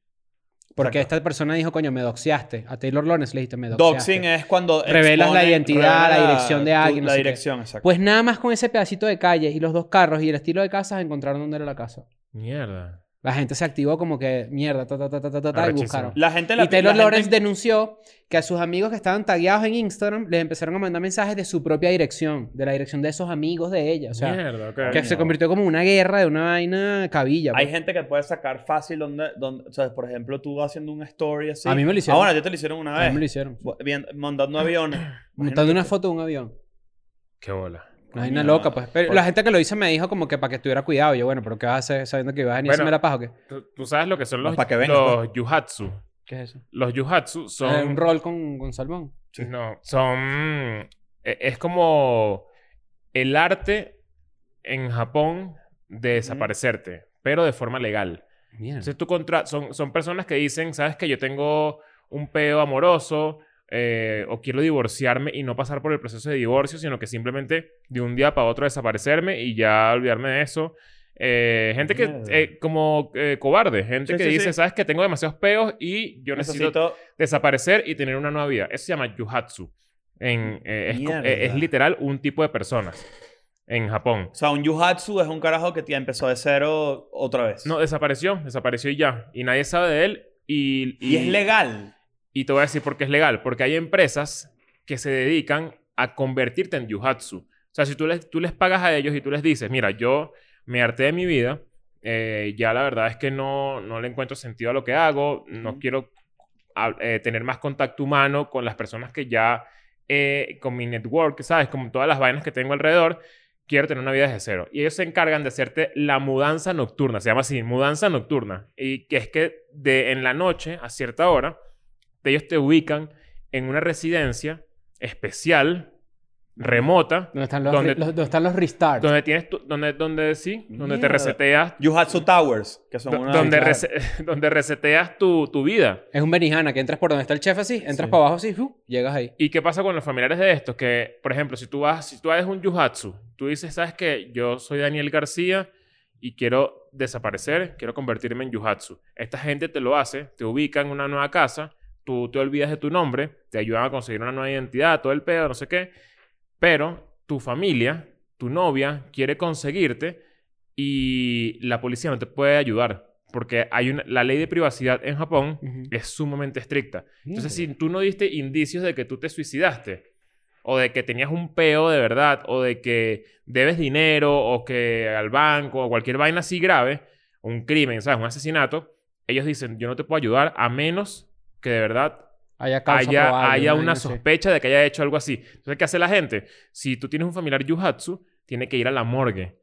Porque Exacto. esta persona dijo, coño, me doxeaste. A Taylor Lawrence le dijiste, me doxeaste. Doxing es cuando. Revelas la identidad, revela la dirección de tu- alguien, no La sé qué. dirección, exacto. Pues nada más con ese pedacito de calle y los dos carros y el estilo de casas encontraron dónde era la casa. Mierda. La gente se activó como que mierda, ta, ta, ta, ta, ta, ta, ta, y Arrechísimo. buscaron. la gente la y Taylor la gente- Lawrence denunció que a sus amigos que estaban tagueados en Instagram les empezaron a mandar mensajes de su propia dirección, de la dirección de esos amigos de ella. O sea, Mierda, ok. que se convirtió como una guerra de una vaina cabilla. Hay pues. gente que puede sacar fácil donde, donde. O sea, por ejemplo, tú haciendo un story así. A mí me lo Ah, hicieron. bueno, yo te lo hicieron una a mí me lo vez. hicieron. Viendo- Mandando aviones. Montando Imagínate una tú. foto de un avión. Qué bola. Una vaina Coño, loca, pues. Pero por- la gente que lo hizo me dijo como que para que estuviera cuidado. Yo, bueno, pero ¿qué vas a hacer sabiendo que ibas a venir a Bueno. hacerme la paja o qué? ¿Tú, tú sabes lo que son No, los, pa' que vengas, pues. Ah, los yuhatsu. ¿Qué es eso? Los yuhatsu son... Eh, un rol con, con salmón. No, son... e- Es como el arte en Japón de desaparecerte, pero de forma legal. Hmm. Mierda. Entonces tú contra... son, son personas que dicen, sabes que yo tengo un peo amoroso eh, o quiero divorciarme y no pasar por el proceso de divorcio, sino que simplemente de un día para otro desaparecerme y ya olvidarme de eso. Eh, gente que, Mierda. eh, como eh, cobarde, gente Sí, que sí, dice, sí. sabes que tengo demasiados peos y yo necesito Necesito... desaparecer y tener una nueva vida. Eso se llama yuhatsu. En, eh, es, co- Mierda. eh, es literal un tipo de personas en Japón. O sea, un yuhatsu es un carajo que te empezó de cero otra vez. No, desapareció, desapareció y ya. Y nadie sabe de él. Y, y, es legal. Y te voy a decir por qué es legal. Porque hay empresas que se dedican a convertirte en yuhatsu. O sea, si tú les, tú les pagas a ellos y tú les dices, mira, yo me harté de mi vida, eh, ya la verdad es que no, no le encuentro sentido a lo que hago, no Ujú. quiero a- eh, tener más contacto humano con las personas que ya, eh, con mi network, ¿sabes? Con todas las vainas que tengo alrededor, quiero tener una vida desde cero. Y ellos se encargan de hacerte la mudanza nocturna, se llama así, mudanza nocturna. Y que es que de, en la noche, a cierta hora, ellos te ubican en una residencia especial, remota, ¿Dónde están los, ¿Dónde- re- los- dónde están los restarts? donde tienes tu- donde, donde sí, donde Mierda. te reseteas. Yuhatsu Towers, que son do- una... donde, claro. rese- donde reseteas tu, tu vida. Es un Benihana que entras por donde está el chef así, entras Sí. para abajo así, ¡fu! llegas ahí. ¿Y qué pasa con los familiares de estos? Que, por ejemplo, si tú vas, si tú haces un yuhatsu, tú dices, ¿sabes qué? Yo soy Daniel García y quiero desaparecer, quiero convertirme en yuhatsu. Esta gente te lo hace, te ubica en una nueva casa, tú te olvidas de tu nombre, te ayudan a conseguir una nueva identidad, todo el pedo, no sé qué. Pero tu familia, tu novia, quiere conseguirte y la policía no te puede ayudar. Porque hay una, la ley de privacidad en Japón es sumamente estricta. Entonces, si tú no diste indicios de que tú te suicidaste, o de que tenías un peo de verdad, o de que debes dinero, o que al banco, o cualquier vaina así grave, un crimen, ¿sabes? Un asesinato, ellos dicen, yo no te puedo ayudar a menos que de verdad haya, causa haya, probable, haya vaina una así. sospecha de que haya hecho algo así. Entonces, ¿qué hace la gente? Si tú tienes un familiar yuhatsu, tiene que ir a la morgue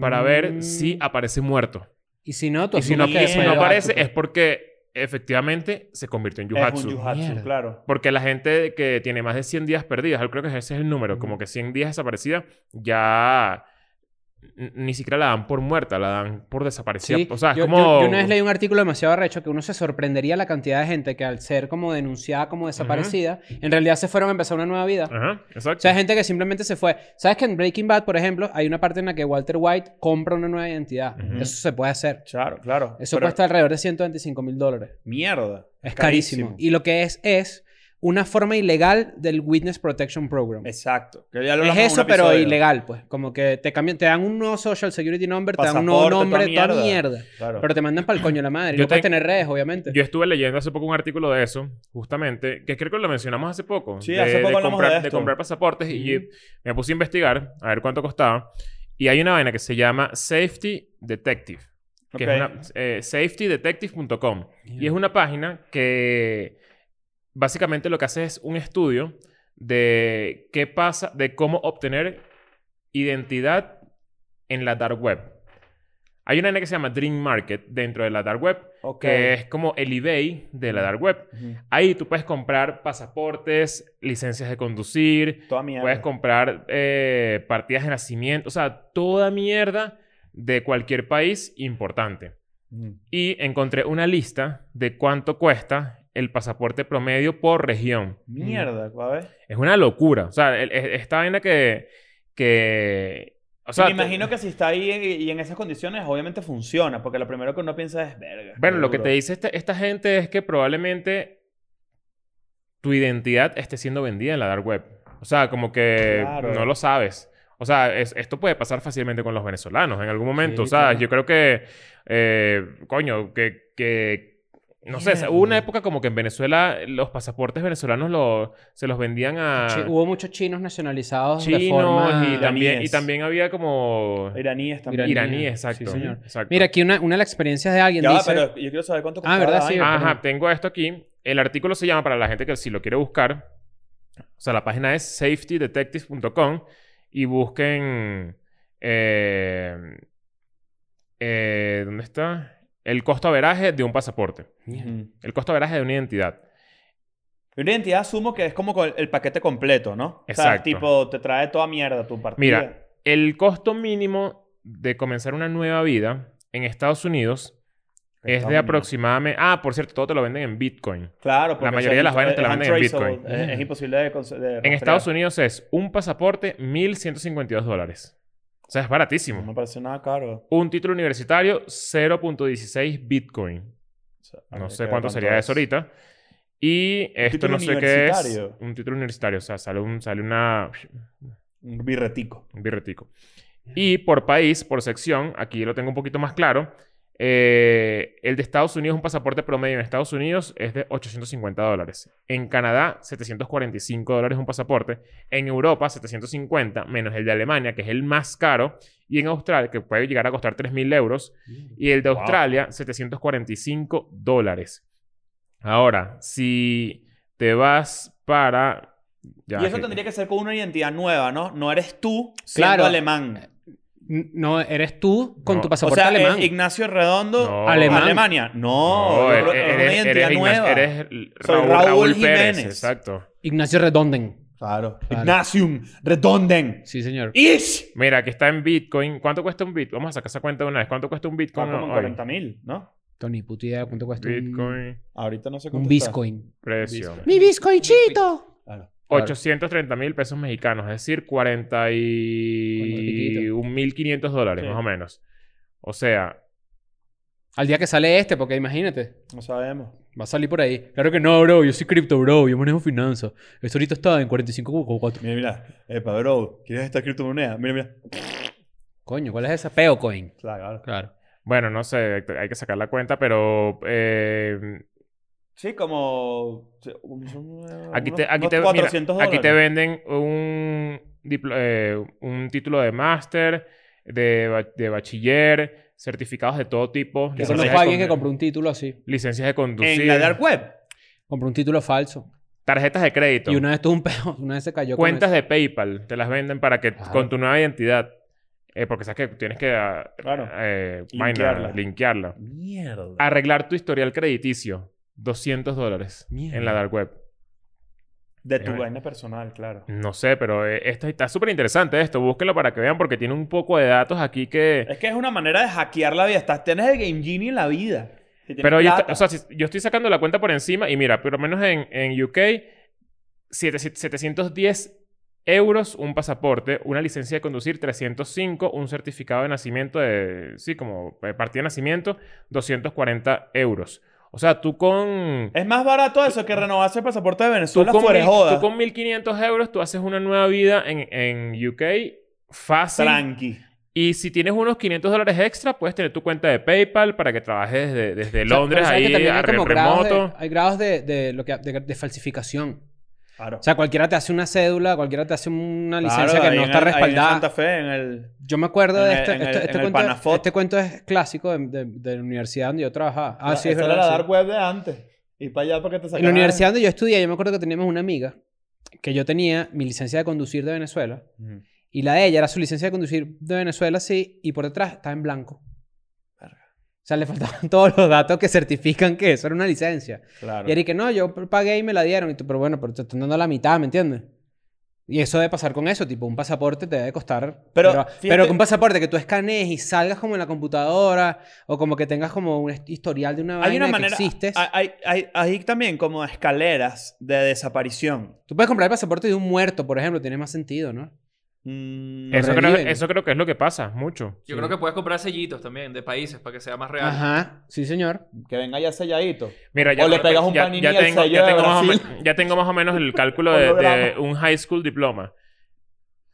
para Mm. ver si aparece muerto. Y si no, tú Y si no, asumes que y si no fue- aparece, es porque efectivamente se convirtió en Es un yuhatsu, Mierda. claro. porque la gente que tiene más de 100 días perdidas, yo creo que ese es el número, Ujú. como que 100 días desaparecida, ya n- ni siquiera la dan por muerta, la dan por desaparecida. Sí, pues, O sea, es yo, como... yo- yo una vez leí un artículo demasiado arrecho que uno se sorprendería la cantidad de gente que al ser como denunciada como desaparecida, en realidad se fueron a empezar una nueva vida. Ajá, O exacto. sea, hay gente que simplemente se fue. ¿Sabes que en Breaking Bad, por ejemplo, hay una parte en la que Walter White compra una nueva identidad? Ujú. Eso se puede hacer. Claro, claro. Eso Pero- cuesta alrededor de 125 mil dólares. Mierda. Es carísimo. Y lo que es, es una forma ilegal del Witness Protection Program. Es, Exacto. Que ya lo hablamos en un eso, pero episodio. ilegal, pues. Como que te cambian, te dan un nuevo Social Security Number, te dan un nuevo Pasaporte, toda nombre, toda mierda. mierda. Claro. Pero te mandan para el coño la madre. Yo Yo puedes tengo- tener redes, obviamente. Yo estuve leyendo hace poco un artículo de eso, justamente, que creo que lo mencionamos hace poco. Sí, hace poco hablamos comprar, de esto. comprar pasaportes y Ujú. me puse a investigar a ver cuánto costaba. Y hay una vaina que se llama Safety Detective, que Ok. es una, eh, safetydetective.com. Y es una página que básicamente lo que hace es un estudio de qué pasa, de cómo obtener identidad en la dark web. Hay una vaina que se llama Dream Market dentro de la dark web, Ok. que es como el eBay de la dark web. Ujú. Ahí tú puedes comprar pasaportes, licencias de conducir, Toda mierda. Puedes comprar eh, partidas de nacimiento, o sea, toda mierda de cualquier país importante. Ujú. Y encontré una lista de cuánto cuesta el pasaporte promedio por región. Mierda, va a ver. Es una locura. O sea, el- el- esta vaina que... que o sea, me imagino que si está ahí y, y en esas condiciones, obviamente funciona, porque lo primero que uno piensa es verga. Bueno, qué lo que duro". te dice este- esta gente es que probablemente tu identidad esté siendo vendida en la dark web. O sea, como que Claro. no lo sabes. O sea, es- esto puede pasar fácilmente con los venezolanos en algún momento. Sí, o sea, claro. yo creo que, eh, coño, que, que- no sé, Mierda. hubo una época como que en Venezuela los pasaportes venezolanos lo- se los vendían a Chi- Hubo muchos chinos nacionalizados de Ah. chinos forma... y, también, y iraníes. también había como Iraníes también. iraníes. iraní, exacto. Sí, señor. exacto. Mira, aquí una, una de las experiencias de alguien Ya va, dice... pero yo quiero saber cuánto Ah, ¿verdad? la Sí, vaina. Ajá, perdón. tengo esto aquí. El artículo se llama para la gente que si lo quiere buscar. O sea, la página es safetydetectives.com y busquen. eh, eh, ¿Dónde está? El costo averaje de un pasaporte. Ujú. El costo averaje de una identidad. Una identidad asumo que es como con el paquete completo, ¿no? O sea, Exacto. tipo, te trae toda mierda tu partida. Mira, el costo mínimo de comenzar una nueva vida en Estados Unidos Es de aproximadamente. Ah, por cierto, todo te lo venden en Bitcoin. Claro, porque, La mayoría de las vainas te las es venden en untraceable, Bitcoin. Es, es Ujú. imposible de, cons- de En Estados rastrear. Unidos es un pasaporte, 1.152 dólares. O sea, es No me baratísimo. parece nada caro. Un título universitario, 0.16 Bitcoin. O sea, No hay que sé ver cuánto sería es. eso ahorita. Y esto título no sé qué es. universitario. Un título universitario. O sea, sale, un, sale una, Un birretico. un birretico. Y por país, por sección, aquí lo tengo un poquito más claro. eh, el de Estados Unidos, un pasaporte promedio en Estados Unidos es de 850 dólares. En Canadá, 745 dólares un pasaporte. En Europa, 750, menos el de Alemania, que es el más caro. Y en Australia, que puede llegar a costar 3.000 euros. Y el de Wow. Australia, 745 dólares. Ahora, si te vas para... ya y eso tendría que ser con una identidad nueva, ¿no? No eres tú siendo Claro. alemán. N- No, eres tú con No. tu O pasaporte sea, alemán. eh, Ignacio Redondo, No. Alemán. Alemania. No, No, yo creo que eres, es una eres- identidad eres Ignacio- nueva. eres Soy Raúl, Raúl Raúl Jiménez. Pérez, exacto. Ignacio Redonden. Claro. Claro. Ignacium Redonden. Sí, señor. ¡Ish! Mira, aquí está en Bitcoin. ¿Cuánto cuesta un Bitcoin? Vamos a sacar esa cuenta de una vez. ¿Cuánto cuesta un Bitcoin? Como en hoy? 40 mil, ¿no? Tony, puta idea cuánto cuesta un- Bitcoin, Ahorita no sé un, cuánto está. Bitcoin. precio. Bitcoin. ¡Mi bizcochito! Claro. 830 mil pesos mexicanos, es decir, 41.500 dólares, Sí. más o menos. O sea, Al día que sale este, porque imagínate, No sabemos. va a salir por ahí. Claro que no, bro, yo soy cripto, bro, yo manejo finanzas. Esto ahorita está en 45,4. Mira, mira. Epa, bro. ¿Quieres esta criptomoneda? Mira, mira. Coño, ¿cuál es esa? Peocoin. Claro, claro. Claro. bueno, no sé, hay- hay que sacar la cuenta, pero eh, Sí, como... sí, un- son, eh, Aquí unos- te, aquí unos te, mira, 400 aquí te dólares. venden un, diplo- eh, un título de máster, de, ba- de bachiller, certificados de todo tipo. Yo licencias conozco de a alguien que con- compró un título así. Licencias de conducir. En la dark web. Compró un título falso. Tarjetas de crédito. Y una vez tuvo un peo, una vez se cayó. con cuentas eso. de PayPal. Te las venden para que Claro. con tu nueva identidad. eh, porque sabes que tienes que ah, Claro. eh, Linkearla. vaina, linkearla. Mierda. Arreglar tu historial crediticio. 200 dólares en la Mierda. dark web. De tu Eh, vaina personal, claro. No sé, pero eh, esto está súper interesante esto. Búsquelo para que vean porque tiene un poco de datos aquí que... Es que es una manera de hackear la vida. Estás, tienes el Game Genie en la vida. Si tienes Pero yo, plata. o sea, si- yo estoy sacando la cuenta por encima y mira, por lo menos en, en UK, siete- siete- 710 euros un pasaporte, una licencia de conducir 305, un certificado de nacimiento de, sí, como eh, partida de nacimiento, 240 euros. O sea, tú con... Es más barato eso que renovarse el pasaporte de Tú Venezuela con, fuera de mil- joda. tú con 1.500 euros, tú haces una nueva vida en, en UK fácil. Tranqui. Y si tienes unos 500 dólares extra, puedes tener tu cuenta de PayPal para que trabajes desde, desde O sea, Londres pero sabes que ahí también a hay como re- grados remoto. de- hay grados de, de lo que, de, de falsificación. Claro. O sea, cualquiera te hace una cédula, cualquiera te hace una Claro, licencia ahí que no en está el- ahí en Santa respaldada. Fe, en el... Yo me acuerdo en de el- este, en este, el- este en el cuento, Panafot. este cuento es clásico de, de- de la universidad donde yo trabajaba. Ah, la- sí, es esa verdad. era la sí. dark web de antes. Y para allá para que te sacaran. En la universidad donde yo estudié, yo me acuerdo que teníamos una amiga que yo tenía mi licencia de conducir de Venezuela Ujú. y la de ella era su licencia de conducir de Venezuela, sí, y por detrás estaba en blanco. O sea, le faltaban todos los datos que certifican que eso era una licencia. Claro. Y era y que no, yo pagué y me la dieron. Y tú, pero bueno, pero te están dando la mitad, ¿me entiendes? Y eso debe pasar con eso, tipo, un pasaporte te debe costar. Pero, pero, fíjate- pero que un pasaporte que tú escanees y salgas como en la computadora o como que tengas como un est- historial de una vaina Hay una de manera... ah, que existes. Hay, hay, hay- hay también como escaleras de desaparición. Tú puedes comprar el pasaporte de un muerto, por ejemplo, tiene más sentido, ¿no? Mm, Lo Eso creo, reviven. eso creo que es lo que pasa mucho. Yo creo que puedes comprar sellitos también de países para que sea más real. Ajá, sí, señor. Que venga ya selladito. Mira, ya, O le pegas un panini al tengo, sello de tengo más o Brasil. men- ya tengo más o menos el cálculo de, Holograma. de un high school diploma.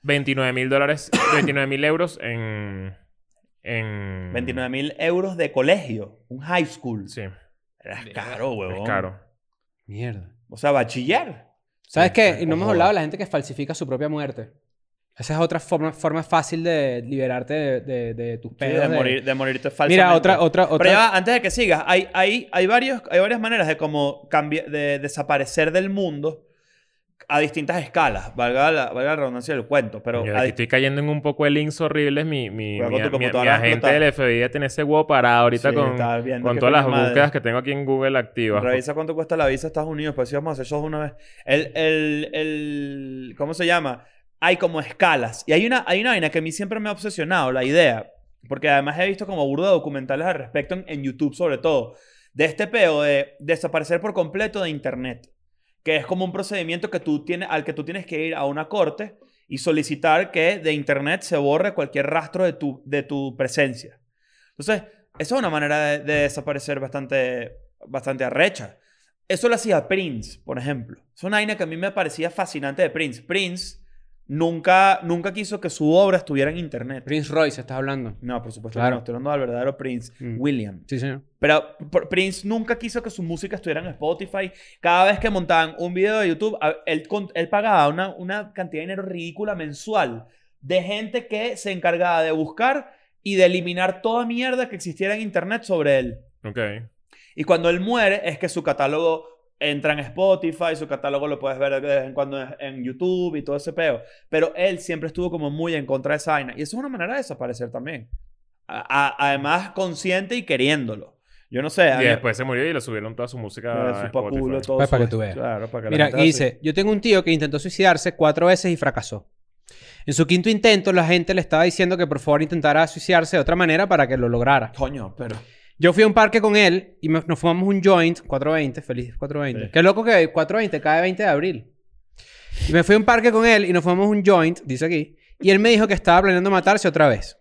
29 mil dólares, 29 mil euros en, en... 29 mil euros de colegio. Un high school. Mm. Sí, es Era Mira, caro, huevón. caro. Mierda. O sea, bachiller. ¿Sabes Sí, qué? sí, Y no hemos ojo. hablado de la gente que falsifica su propia muerte. Esa es otra forma, forma fácil de liberarte de, de- de tus Sí, pedos. de, de- morir, de morirte falsamente. Mira, otra, otra, otra. Pero ya va, antes de que sigas, hay, hay, hay, varios, hay varias maneras de como cambiar, de desaparecer del mundo a distintas escalas. Valga la, valga la redundancia del cuento, pero... Yo a aquí di- estoy cayendo en un poco de links horribles. Mi, mi, Cuidado mi, mi- con tu mi computadora, agente explota. del FBI tiene ese huevo parado ahorita Sí, con, estaba viendo con que todas las coño madre. búsquedas que tengo aquí en Google activas. pues. Revisa cuánto cuesta la visa a Estados Unidos, pues si vamos a hacer shows una vez. El, el, el- ¿Cómo se llama? Hay como escalas. Y hay una, hay una vaina que a mí siempre me ha obsesionado, la idea. Porque además he visto como burda de documentales al respecto en, en YouTube, sobre todo, de este peo de desaparecer por completo de Internet, que es como un procedimiento que tú tienes, al que tú tienes que ir a una corte y solicitar que de Internet se borre cualquier rastro de tu, de tu presencia. Entonces, esa es una manera de, de desaparecer bastante, bastante arrecha. Eso lo hacía Prince, por ejemplo. Es una vaina que a mí me parecía fascinante de Prince. Prince nunca, nunca quiso que su obra estuviera en internet. Prince Royce, estás hablando. No, por supuesto, que Claro. no estoy hablando del verdadero Prince, Mm. William. Sí, señor. Pero P- Prince nunca quiso que su música estuviera en Spotify. Cada vez que montaban un video de YouTube, a- él, con- él pagaba una, una cantidad de dinero ridícula mensual de gente que se encargaba de buscar y de eliminar toda mierda que existiera en internet sobre él. Ok. Y cuando él muere, es que su catálogo entra en Spotify, su catálogo lo puedes ver de vez en cuando en YouTube y todo ese peo. Pero él siempre estuvo como muy en contra de esa vaina. Y eso es una manera de desaparecer también. A- a- además, consciente y queriéndolo. Yo no sé. a Y mí- después se murió y le subieron toda su música me a supo a Spotify. culo todo Para su- que tú veas. Claro, para que la Mira, gente aquí hace- dice, yo tengo un tío que intentó suicidarse cuatro veces y fracasó. En su quinto intento, la gente le estaba diciendo que por favor intentara suicidarse de otra manera para que lo lograra. Coño, pero. Yo fui a un parque con él y me- nos fumamos un joint, 420, feliz 420. Sí. Qué loco que 420 cae 20 de abril. Y me fui a un parque con él y nos fumamos un joint, dice aquí, y él me dijo que estaba planeando matarse otra vez.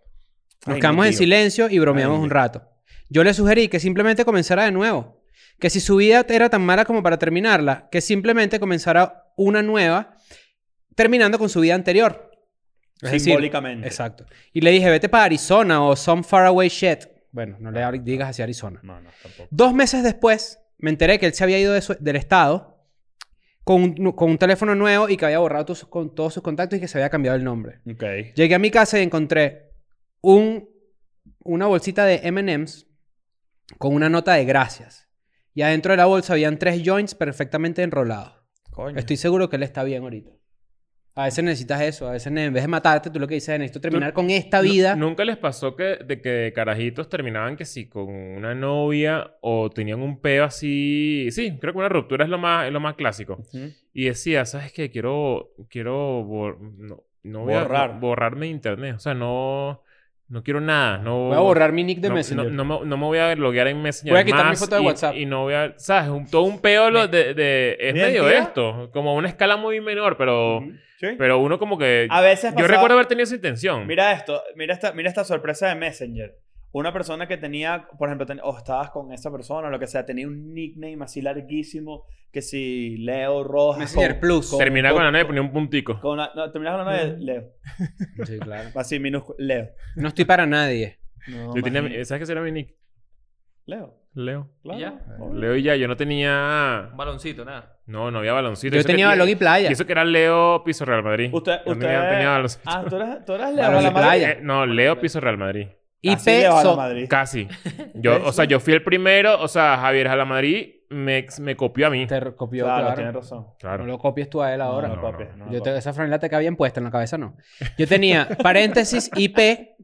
Nos Ay, mi quedamos en tío. silencio y bromeamos Ay, mi- un rato. Yo le sugerí que simplemente comenzara de nuevo. Que si su vida era tan mala como para terminarla, que simplemente comenzara una nueva, terminando con su vida anterior. Es decir, Simbólicamente. Exacto. Y le dije, vete para Arizona o some faraway shit. Bueno, no le abri- digas hacia Arizona. No, no, tampoco. Dos meses después, me enteré que él se había ido de su- del estado con un, nu- con un teléfono nuevo y que había borrado tus- con todos sus contactos y que se había cambiado el nombre. Ok. Llegué a mi casa y encontré un, una bolsita de MMs con una nota de gracias. Y adentro de la bolsa habían tres joints perfectamente enrolados. Coño. Estoy seguro que él está bien ahorita. A veces necesitas eso. A veces en vez de matarte, tú lo que dices es necesito terminar con esta vida. Nu- ¿Nunca les pasó que de que de carajitos terminaban que sí con una novia o tenían un peo así? Sí, creo que una ruptura es lo más, es lo más clásico. Ujú. Y decía, ¿sabes qué? Quiero, quiero bor- no, no voy a- Borrar. no- borrarme de internet. O sea, no, no quiero nada. No, Voy a borrar mi nick de no, Messenger. No, no me, no me voy a loguear en Messenger. Voy a quitar mi más foto de y- WhatsApp. Y no voy a. ¿Sabes? Un- todo un peo lo de, de- Es ¿Mi medio identidad? esto. Como una escala muy menor, pero. Sí. Oh. Pero uno como que. A veces yo pasaba- recuerdo haber tenido esa intención. Mira esto, mira esta, mira esta sorpresa de Messenger. Una persona que tenía, por ejemplo, ten- o estabas con esa persona o lo que sea, tenía un nickname así larguísimo, que si Leo Rojas. Messenger con- Plus. Terminaba con la novia y ponía un puntico. con la- no, terminaba con la Mm. novia de Leo. Sí, claro. Así, minúsculo. Leo. No estoy para nadie. No, Yo tenía- imagínate. ¿Sabes qué será mi nick? Leo. Leo. Claro. ya? Leo y ya. Yo no tenía. Un baloncito, nada. No, no había baloncito. Yo Eso que- tenía balón y playa. Y eso que era Leo Piso Real Madrid. Usted, Yo no usted... tenía- no tenía baloncito. Ah, tú eras, tú eras Leo. Balón de Balamadrid. playa. Eh, no, Leo Piso Real Madrid. Y Así Ah, Leo peso. Balamadrid. Casi. Yo, o sea, yo fui el primero. O sea, Javier Jalamadrid me, me copió a mí. Te copió, Claro, claro. tienes razón. No Claro. lo copies tú a él ahora. No, No, no, papi, no, no, Yo papi. te, esa franela te cabía puesta en la cabeza, no. Yo tenía paréntesis IP,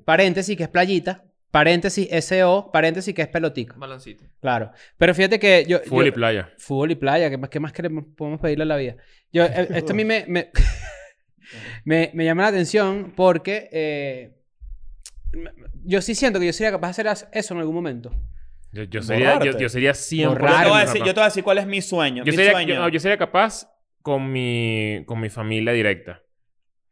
paréntesis que es playita, paréntesis SO, paréntesis que es pelotica. Un baloncito. Claro. Pero fíjate que yo... Full yo- y playa. Fútbol y playa, ¿qué más, qué más queremos, podemos pedirle a la vida? Yo, eh, esto a mí me, me, me, me llama la atención porque eh, me- yo sí siento que yo sería capaz de hacer eso en algún momento. Yo, yo sería, yo, Borrarte. yo sería 100% Yo te, voy a Borrar. capaz. decir, yo te voy a decir cuál es mi sueño. Yo mi sería, sueño. yo, no, yo sería capaz con mi, con mi familia directa.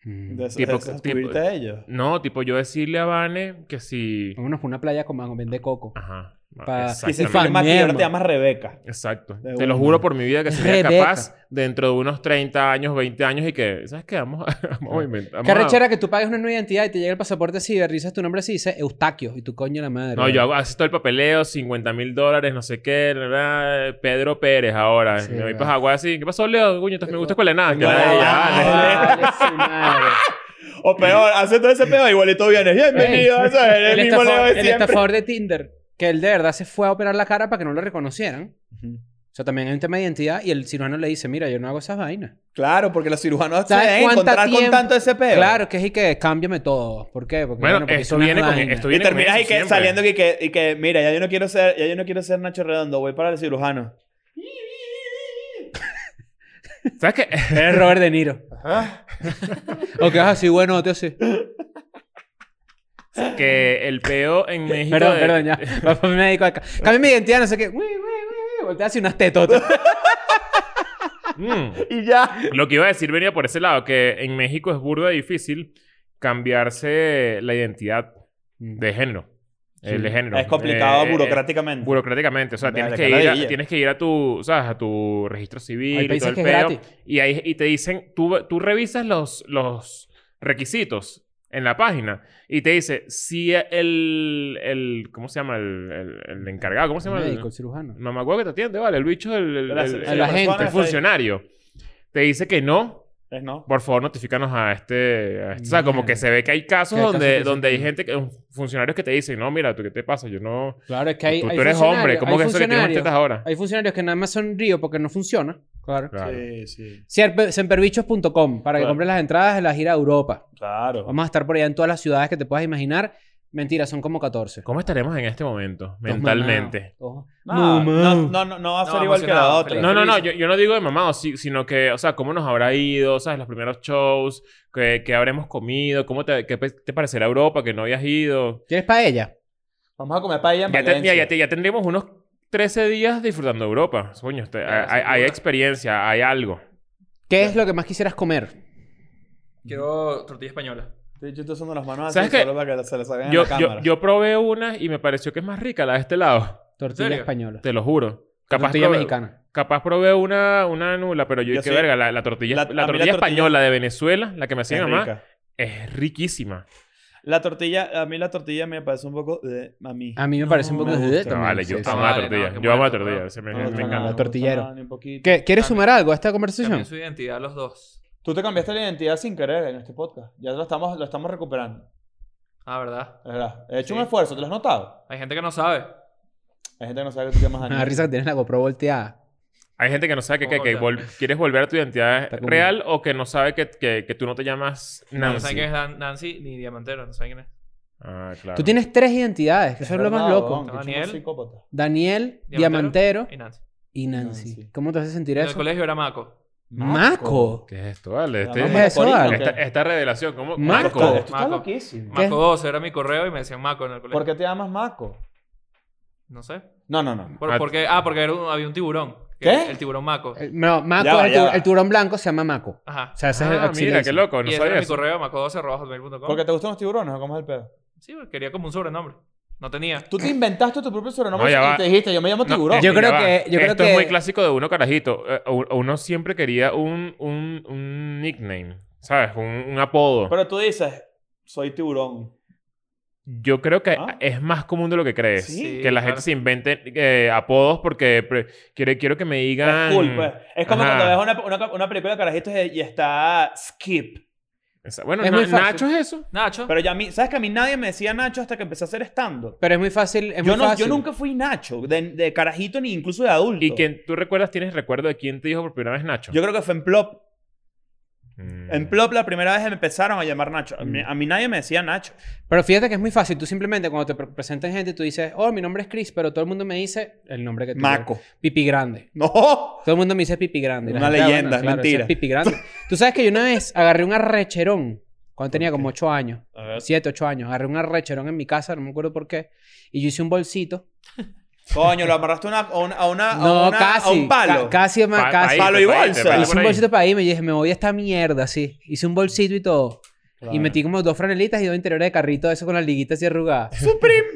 De, de- tipo- de descubrirte tipo- a ellos. No, tipo yo decirle a Vane que si... Vámonos por una playa con mango, vende coco. Ajá. Pa- Y si Exactamente. firma aquí, ahora Mierda. te llamas Rebeca. Exacto. De Te lo una. juro por mi vida que sería Rebeca. capaz dentro de unos 30 años, 20 años y que... ¿Sabes qué? Vamos a, vamos a inventar. vamos Qué a- rechera que tú pagues una nueva identidad y te llega el pasaporte así, revisas tu nombre así y dice Eustaquio y tu coño la madre. No, yo hago, haces todo el papeleo, 50 mil dólares, no sé qué, la, la, Pedro Pérez ahora. Sí, me voy va. para Hawái así. ¿Qué pasó, Leo? Coño, estás- me gusta escuela de nada. Que No, nadie- vale. ah, Vale, su madre. O peor, hace todo ese pedo igualito vienes. Bienvenido, Ey, eso es el, El mismo Leo estafador, de el siempre. estafador de Tinder, que él de verdad se fue a operar la cara para que no lo reconocieran. Ujú. O sea, también hay un tema de identidad y el cirujano le dice, mira, yo no hago esas vainas. Claro, porque los cirujanos se ¿Sabes deben cuánto encontrar con tiempo? tanto ese pedo. Claro, que es y que cámbiame todo. ¿Por qué? Porque, Bueno, porque esto son las viene con... vainas. Esto Y viene con terminas eso y que, siempre. saliendo y que, y que, mira, ya yo no quiero ser, ya yo no quiero ser Nacho Redondo, voy para el cirujano. ¿Sabes qué? Eres Robert De Niro. Ajá. O que es así, bueno, te así. que el peo en México. Perdón, de- perdón, ya. Papá me dedico acá. Cambio mi identidad, no sé qué. Uy, uy, uy, uy. Voltea así unas tetotas. Mm. Y ya. Lo que iba a decir venía por ese lado, que en México es burda de difícil cambiarse la identidad de género. El de género. Es complicado Eh, burocráticamente. burocráticamente. O sea, Verga, tienes qué que, ir a, ladilla. tienes que ir a tu, ¿sabes? A tu registro Hay civil y países todo el que es peo. gratis. Y, ahí, y te dicen, tú, tú revisas los, los requisitos en la página y te dice si el, el ¿cómo se llama? El, el- el encargado, ¿cómo se llama? Médico, el El cirujano. mamagüey que te atiende, vale, el bicho, el, el- Gracias. el- Sí, a el- la persona gente, está el ahí. funcionario. Te dice que no, Es no. por favor, notifícanos a este. a este- O sea, como que Mierda. se ve que hay casos Que hay donde, casos que sí donde hay tienen. gente, que, funcionarios que te dicen, no, mira, ¿tú qué te pasa? Yo no. Claro, es que hay. tú hay tú eres hombre, funcionarios- hay ¿cómo que eso que tienes unas funcionarios- tetas ahora? Hay funcionarios que nada más sonrío porque no funciona. Claro. Claro. Sí, sí. Sierpe- Semperbichos.com para que Claro. compres las entradas de la gira a Europa. Claro. Vamos a estar por allá en todas las ciudades que te puedas imaginar. Mentira, son como 14. ¿Cómo estaremos en este momento, Todos mentalmente? mamados, todos- No, No, no, man. no, no, no va a No, ser igual que la emocionado, otra. feliz. No, no, no, yo, yo no digo de mamado, sí- sino que, o sea, cómo nos habrá ido, ¿sabes? Los primeros shows, que, que habremos comido, ¿cómo te, qué pe- te parecerá Europa, que no habías ido? ¿Quieres paella? Vamos a comer paella en Ya, te- Valencia. mira, ya te- ya tendremos unos 13 días disfrutando de Europa. Coño, te- Claro, hay- sin hay duda. experiencia, hay algo. ¿Qué es lo que más quisieras comer? Quiero tortilla española. Estoy yo estoy usando las manos así ¿Sabes qué? solo para que se las hagan Yo, en la yo- cámara. yo probé una y me pareció que es más rica la de este lado. Tortilla serio? española. Te lo juro. Capaz tortilla probé, mexicana. capaz probé una, una nula, pero yo, Yo dije, sí. verga, la, la tortilla, La- la, a mí la tortilla tortilla- española de Venezuela, la que me Es hacía mi mamá, rica. es riquísima. La tortilla, a mí la tortilla me parece un poco de mami. A mí me parece un poco... me gusta. También, No, vale, yo sí, sí. amo la Vale, no, tortilla. qué yo amo la muerto, tortilla. bro. se me, No me me gusta encanta. nada, no me Tortillero. gusta nada, ni un poquito. ¿Qué- ¿Quieres También- sumar algo a esta conversación? También su identidad, los dos. Tú te cambiaste la identidad sin querer en este podcast. Ya lo estamos, lo estamos recuperando. Ah, ¿verdad? Es verdad. He hecho un Sí. esfuerzo, ¿te lo has notado? Hay gente que no sabe. Hay gente que no sabe que tú llamas Me Daniel. da Ah, risa que tienes la GoPro volteada. Hay gente que no sabe que, que- que Hola. vol- quieres volver a tu identidad Está como- real o que no sabe que, que, que tú no te llamas No saben Nancy. quién es Dan- Nancy ni Diamantero. No saben quién es. Ah, claro. Tú tienes tres identidades, que Es eso es lo más verdad, loco. weón, que Daniel. es un psicópata. Daniel, Diamantero, Diamantero Eh, Y Nancy. Ah, y Nancy. Nancy. ¿Cómo te hace sentir En el eso? colegio era Maco. Maco. ¿Qué es esto? Vale, este- La ¿Qué mamá es eso, de Corina, vale? ¿o qué? esta, esta revelación. ¿Cómo? Marco. Esto está Maco. loquísimo. ¿Qué? Maco 12 era mi correo y me decían Maco en el colegio. ¿Por qué te llamas Maco? No sé. No, no, no. Por- Ah. porque, ah, porque era un- había un tiburón. que ¿Qué? El tiburón Maco. El- No, Maco, Ya va, el, ya tur- va. el turón blanco se llama Maco. Ajá. O sea, ese Ah, es el mira, qué loco. No Y ese era sabía mi eso. correo, maco12.com. ¿Porque te gustan los tiburones o cómo es el pedo? Sí, quería como un sobrenombre. No tenía. Tú te inventaste tu propio No, sobrenombre ya va. y te dijiste, yo me llamo No, tiburón. es que Yo creo ya va. que- yo creo Esto que- es muy clásico de uno carajito. Eh, u- Uno siempre quería un, un, un nickname, ¿sabes? Un, un apodo. Pero tú dices, soy tiburón. Yo creo que ¿Ah? es más común de lo que crees. Sí, que la claro. gente se invente eh, apodos porque pre- quiero, quiero que me digan... Es cool, pues. Es como Ajá. cuando ves una, una, una película de carajitos y está Skip. Esa- Bueno, Es na- muy fácil. Nacho es eso. Nacho. Pero ya a mí, ¿sabes que a mí nadie me decía Nacho hasta que empecé a hacer stand-up? Pero es muy fácil. Es Yo, muy no, fácil. yo nunca fui Nacho, de, de carajito ni incluso de adulto. ¿Y quien tú recuerdas, tienes recuerdo de quién te dijo por primera vez Nacho? Yo creo que fue en Plop. Mm. En Plop la primera vez me empezaron a llamar Nacho. A mí, Mm. a mí nadie me decía Nacho. Pero fíjate que es muy fácil. Tú simplemente cuando te pre- presentan gente, tú dices, oh, mi nombre es Chris, pero todo el mundo me dice el nombre que tú Maco. Pipi Grande. ¡No! Todo el mundo me dice Pipi Grande. Y la Una gente, ah, leyenda, es claro, ese mentira. Pipi Grande. Tú sabes que yo una vez agarré un arrecherón cuando tenía como 8 años. A ver. 7, 8 años. Agarré un arrecherón en mi casa, no me acuerdo por qué. Y yo hice un bolsito. Coño, lo amarraste a una, a una, a una- No, a una- casi. a un palo. ca- casi, ma- Pa- casi. Palo y paíste, bolsa. paíste, paíste Hice por un ahí. bolsito para ahí y me dije, me voy a esta mierda, sí. Hice un bolsito y todo. Y metí como dos franelitas y dos interiores de carrito, eso con las liguitas así arrugadas. Supreme.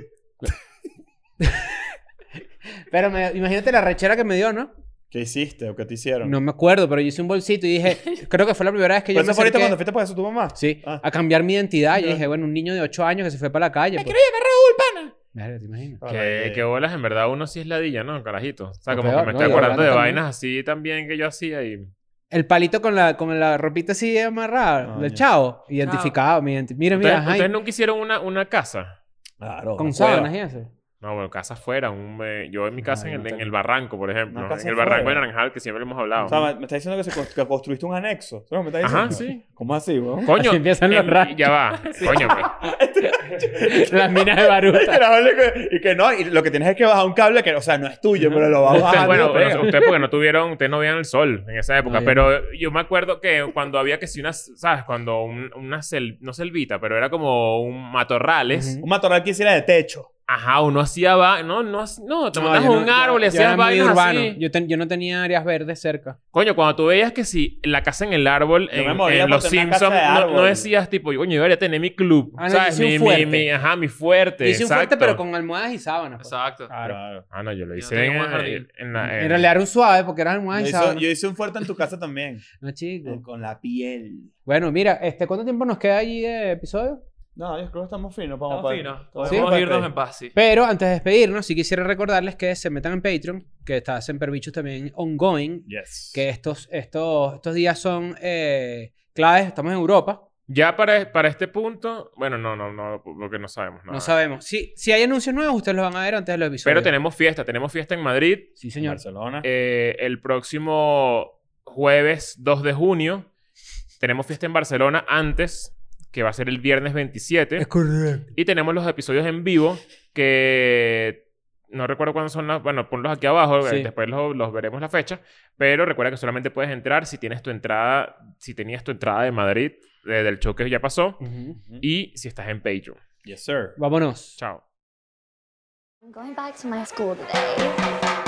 Pero me- imagínate la rechera que me dio, ¿no? ¿Qué hiciste o qué te hicieron? No me acuerdo, pero yo hice un bolsito y dije, creo que fue la primera vez que yo ¿Pero me eso fue ahorita acerqué cuando fuiste para eso tu mamá? sí, Ah. a cambiar mi identidad. Yo Ya. dije, bueno, un niño de 8 años que se fue para la calle. pues. Verga, ¿te imaginas? Ah, Que, vale. que bolas, en verdad uno sí es ladilla, ¿no? Carajito. O sea, Lo como peor, que me ¿no? estoy Y acordando de hablando vainas así también que yo hacía y... El palito con la, con la ropita así amarrada, Ah, del ya. chavo, identificado. mi identi- mira, ¿Ustedes, mira, Jaime, ustedes nunca hicieron una, una casa? Claro. con una cueva. sábanas y eso. No, No, bueno, casa afuera. un, eh, yo en mi casa, Ay, en, el, no en tengo- el barranco, por ejemplo. Una En el casa barranco de afuera. Naranjal, que siempre lo hemos O sea, hablado. me, me está diciendo que, se cons- que construiste un anexo. ¿Sabes lo que me está Ajá, diciendo? sí. ¿Cómo así, weón? Coño. Así empiezan los en- rastros. Ya va. Coño, pues. Las minas de Baruta. y que no, y lo que tienes es que bajar un cable que, o sea, no es tuyo, pero lo vas Usted- bajando. bueno, pega. pero ustedes porque no tuvieron, ustedes no veían el sol en esa época, No, ya pero yo me acuerdo que cuando había que si unas, ¿sabes? Cuando un- una, sel- no selvita, pero era como un matorrales, Ujú. Un matorral que hiciera de techo. ajá, uno hacía, va no, no, hac- no, te No, montabas yo no- un árbol y yo- yo era hacías muy vainas urbano. así. Yo, ten- yo no tenía áreas verdes cerca. Coño, cuando tú veías que si la casa en el árbol, Yo me en, moría en por Los tener una Simpsons, casa de no, árbol. no decías tipo, coño, yo debería tener mi club, Ah, no, yo ¿sabes? hice un Mi, mi, fuerte. mi- ajá, mi fuerte, Hice un fuerte, exacto. pero con almohadas y sábanas. pues. Exacto. Claro. Ah, no, yo lo Yo hice tenía en, eh, un buen jardín. en la... En en- realidad era un suave porque eran Yo almohadas y hice, sábanas. yo hice un fuerte en tu casa también. No, con, chico. con la piel. Bueno, mira, este, ¿cuánto tiempo nos queda allí de episodio? No, pues, yo creo que estamos finos. vamos Estamos pa- finos. estamos Podemos pa- irnos en paz, sí. Pero antes de despedirnos, sí quisiera recordarles que se metan en Patreon, que está Semperbichos también ongoing, Yes. que estos, estos, estos días son eh, claves, estamos en Europa, Ya para, para este punto, bueno, no, no, no, porque no sabemos nada. no sabemos. Si, si hay anuncios nuevos, ustedes los van a ver antes de los episodios. Ah. Pero tenemos fiesta, tenemos fiesta en Madrid Sí, señor. Barcelona. eh, el próximo jueves 2 de junio. Tenemos fiesta en Barcelona antes, que va a ser el viernes 27. correcto. Y tenemos los episodios en vivo que no recuerdo cuándo son las. Bueno, ponlos aquí abajo, eh, Sí. después los, los veremos la fecha. Pero recuerda que solamente puedes entrar si tienes tu entrada, si tenías tu entrada de Madrid, eh, del show que ya pasó, Ujú. y si estás en Patreon. Yes, sir. Vámonos. Chao. I'm going back to my school today.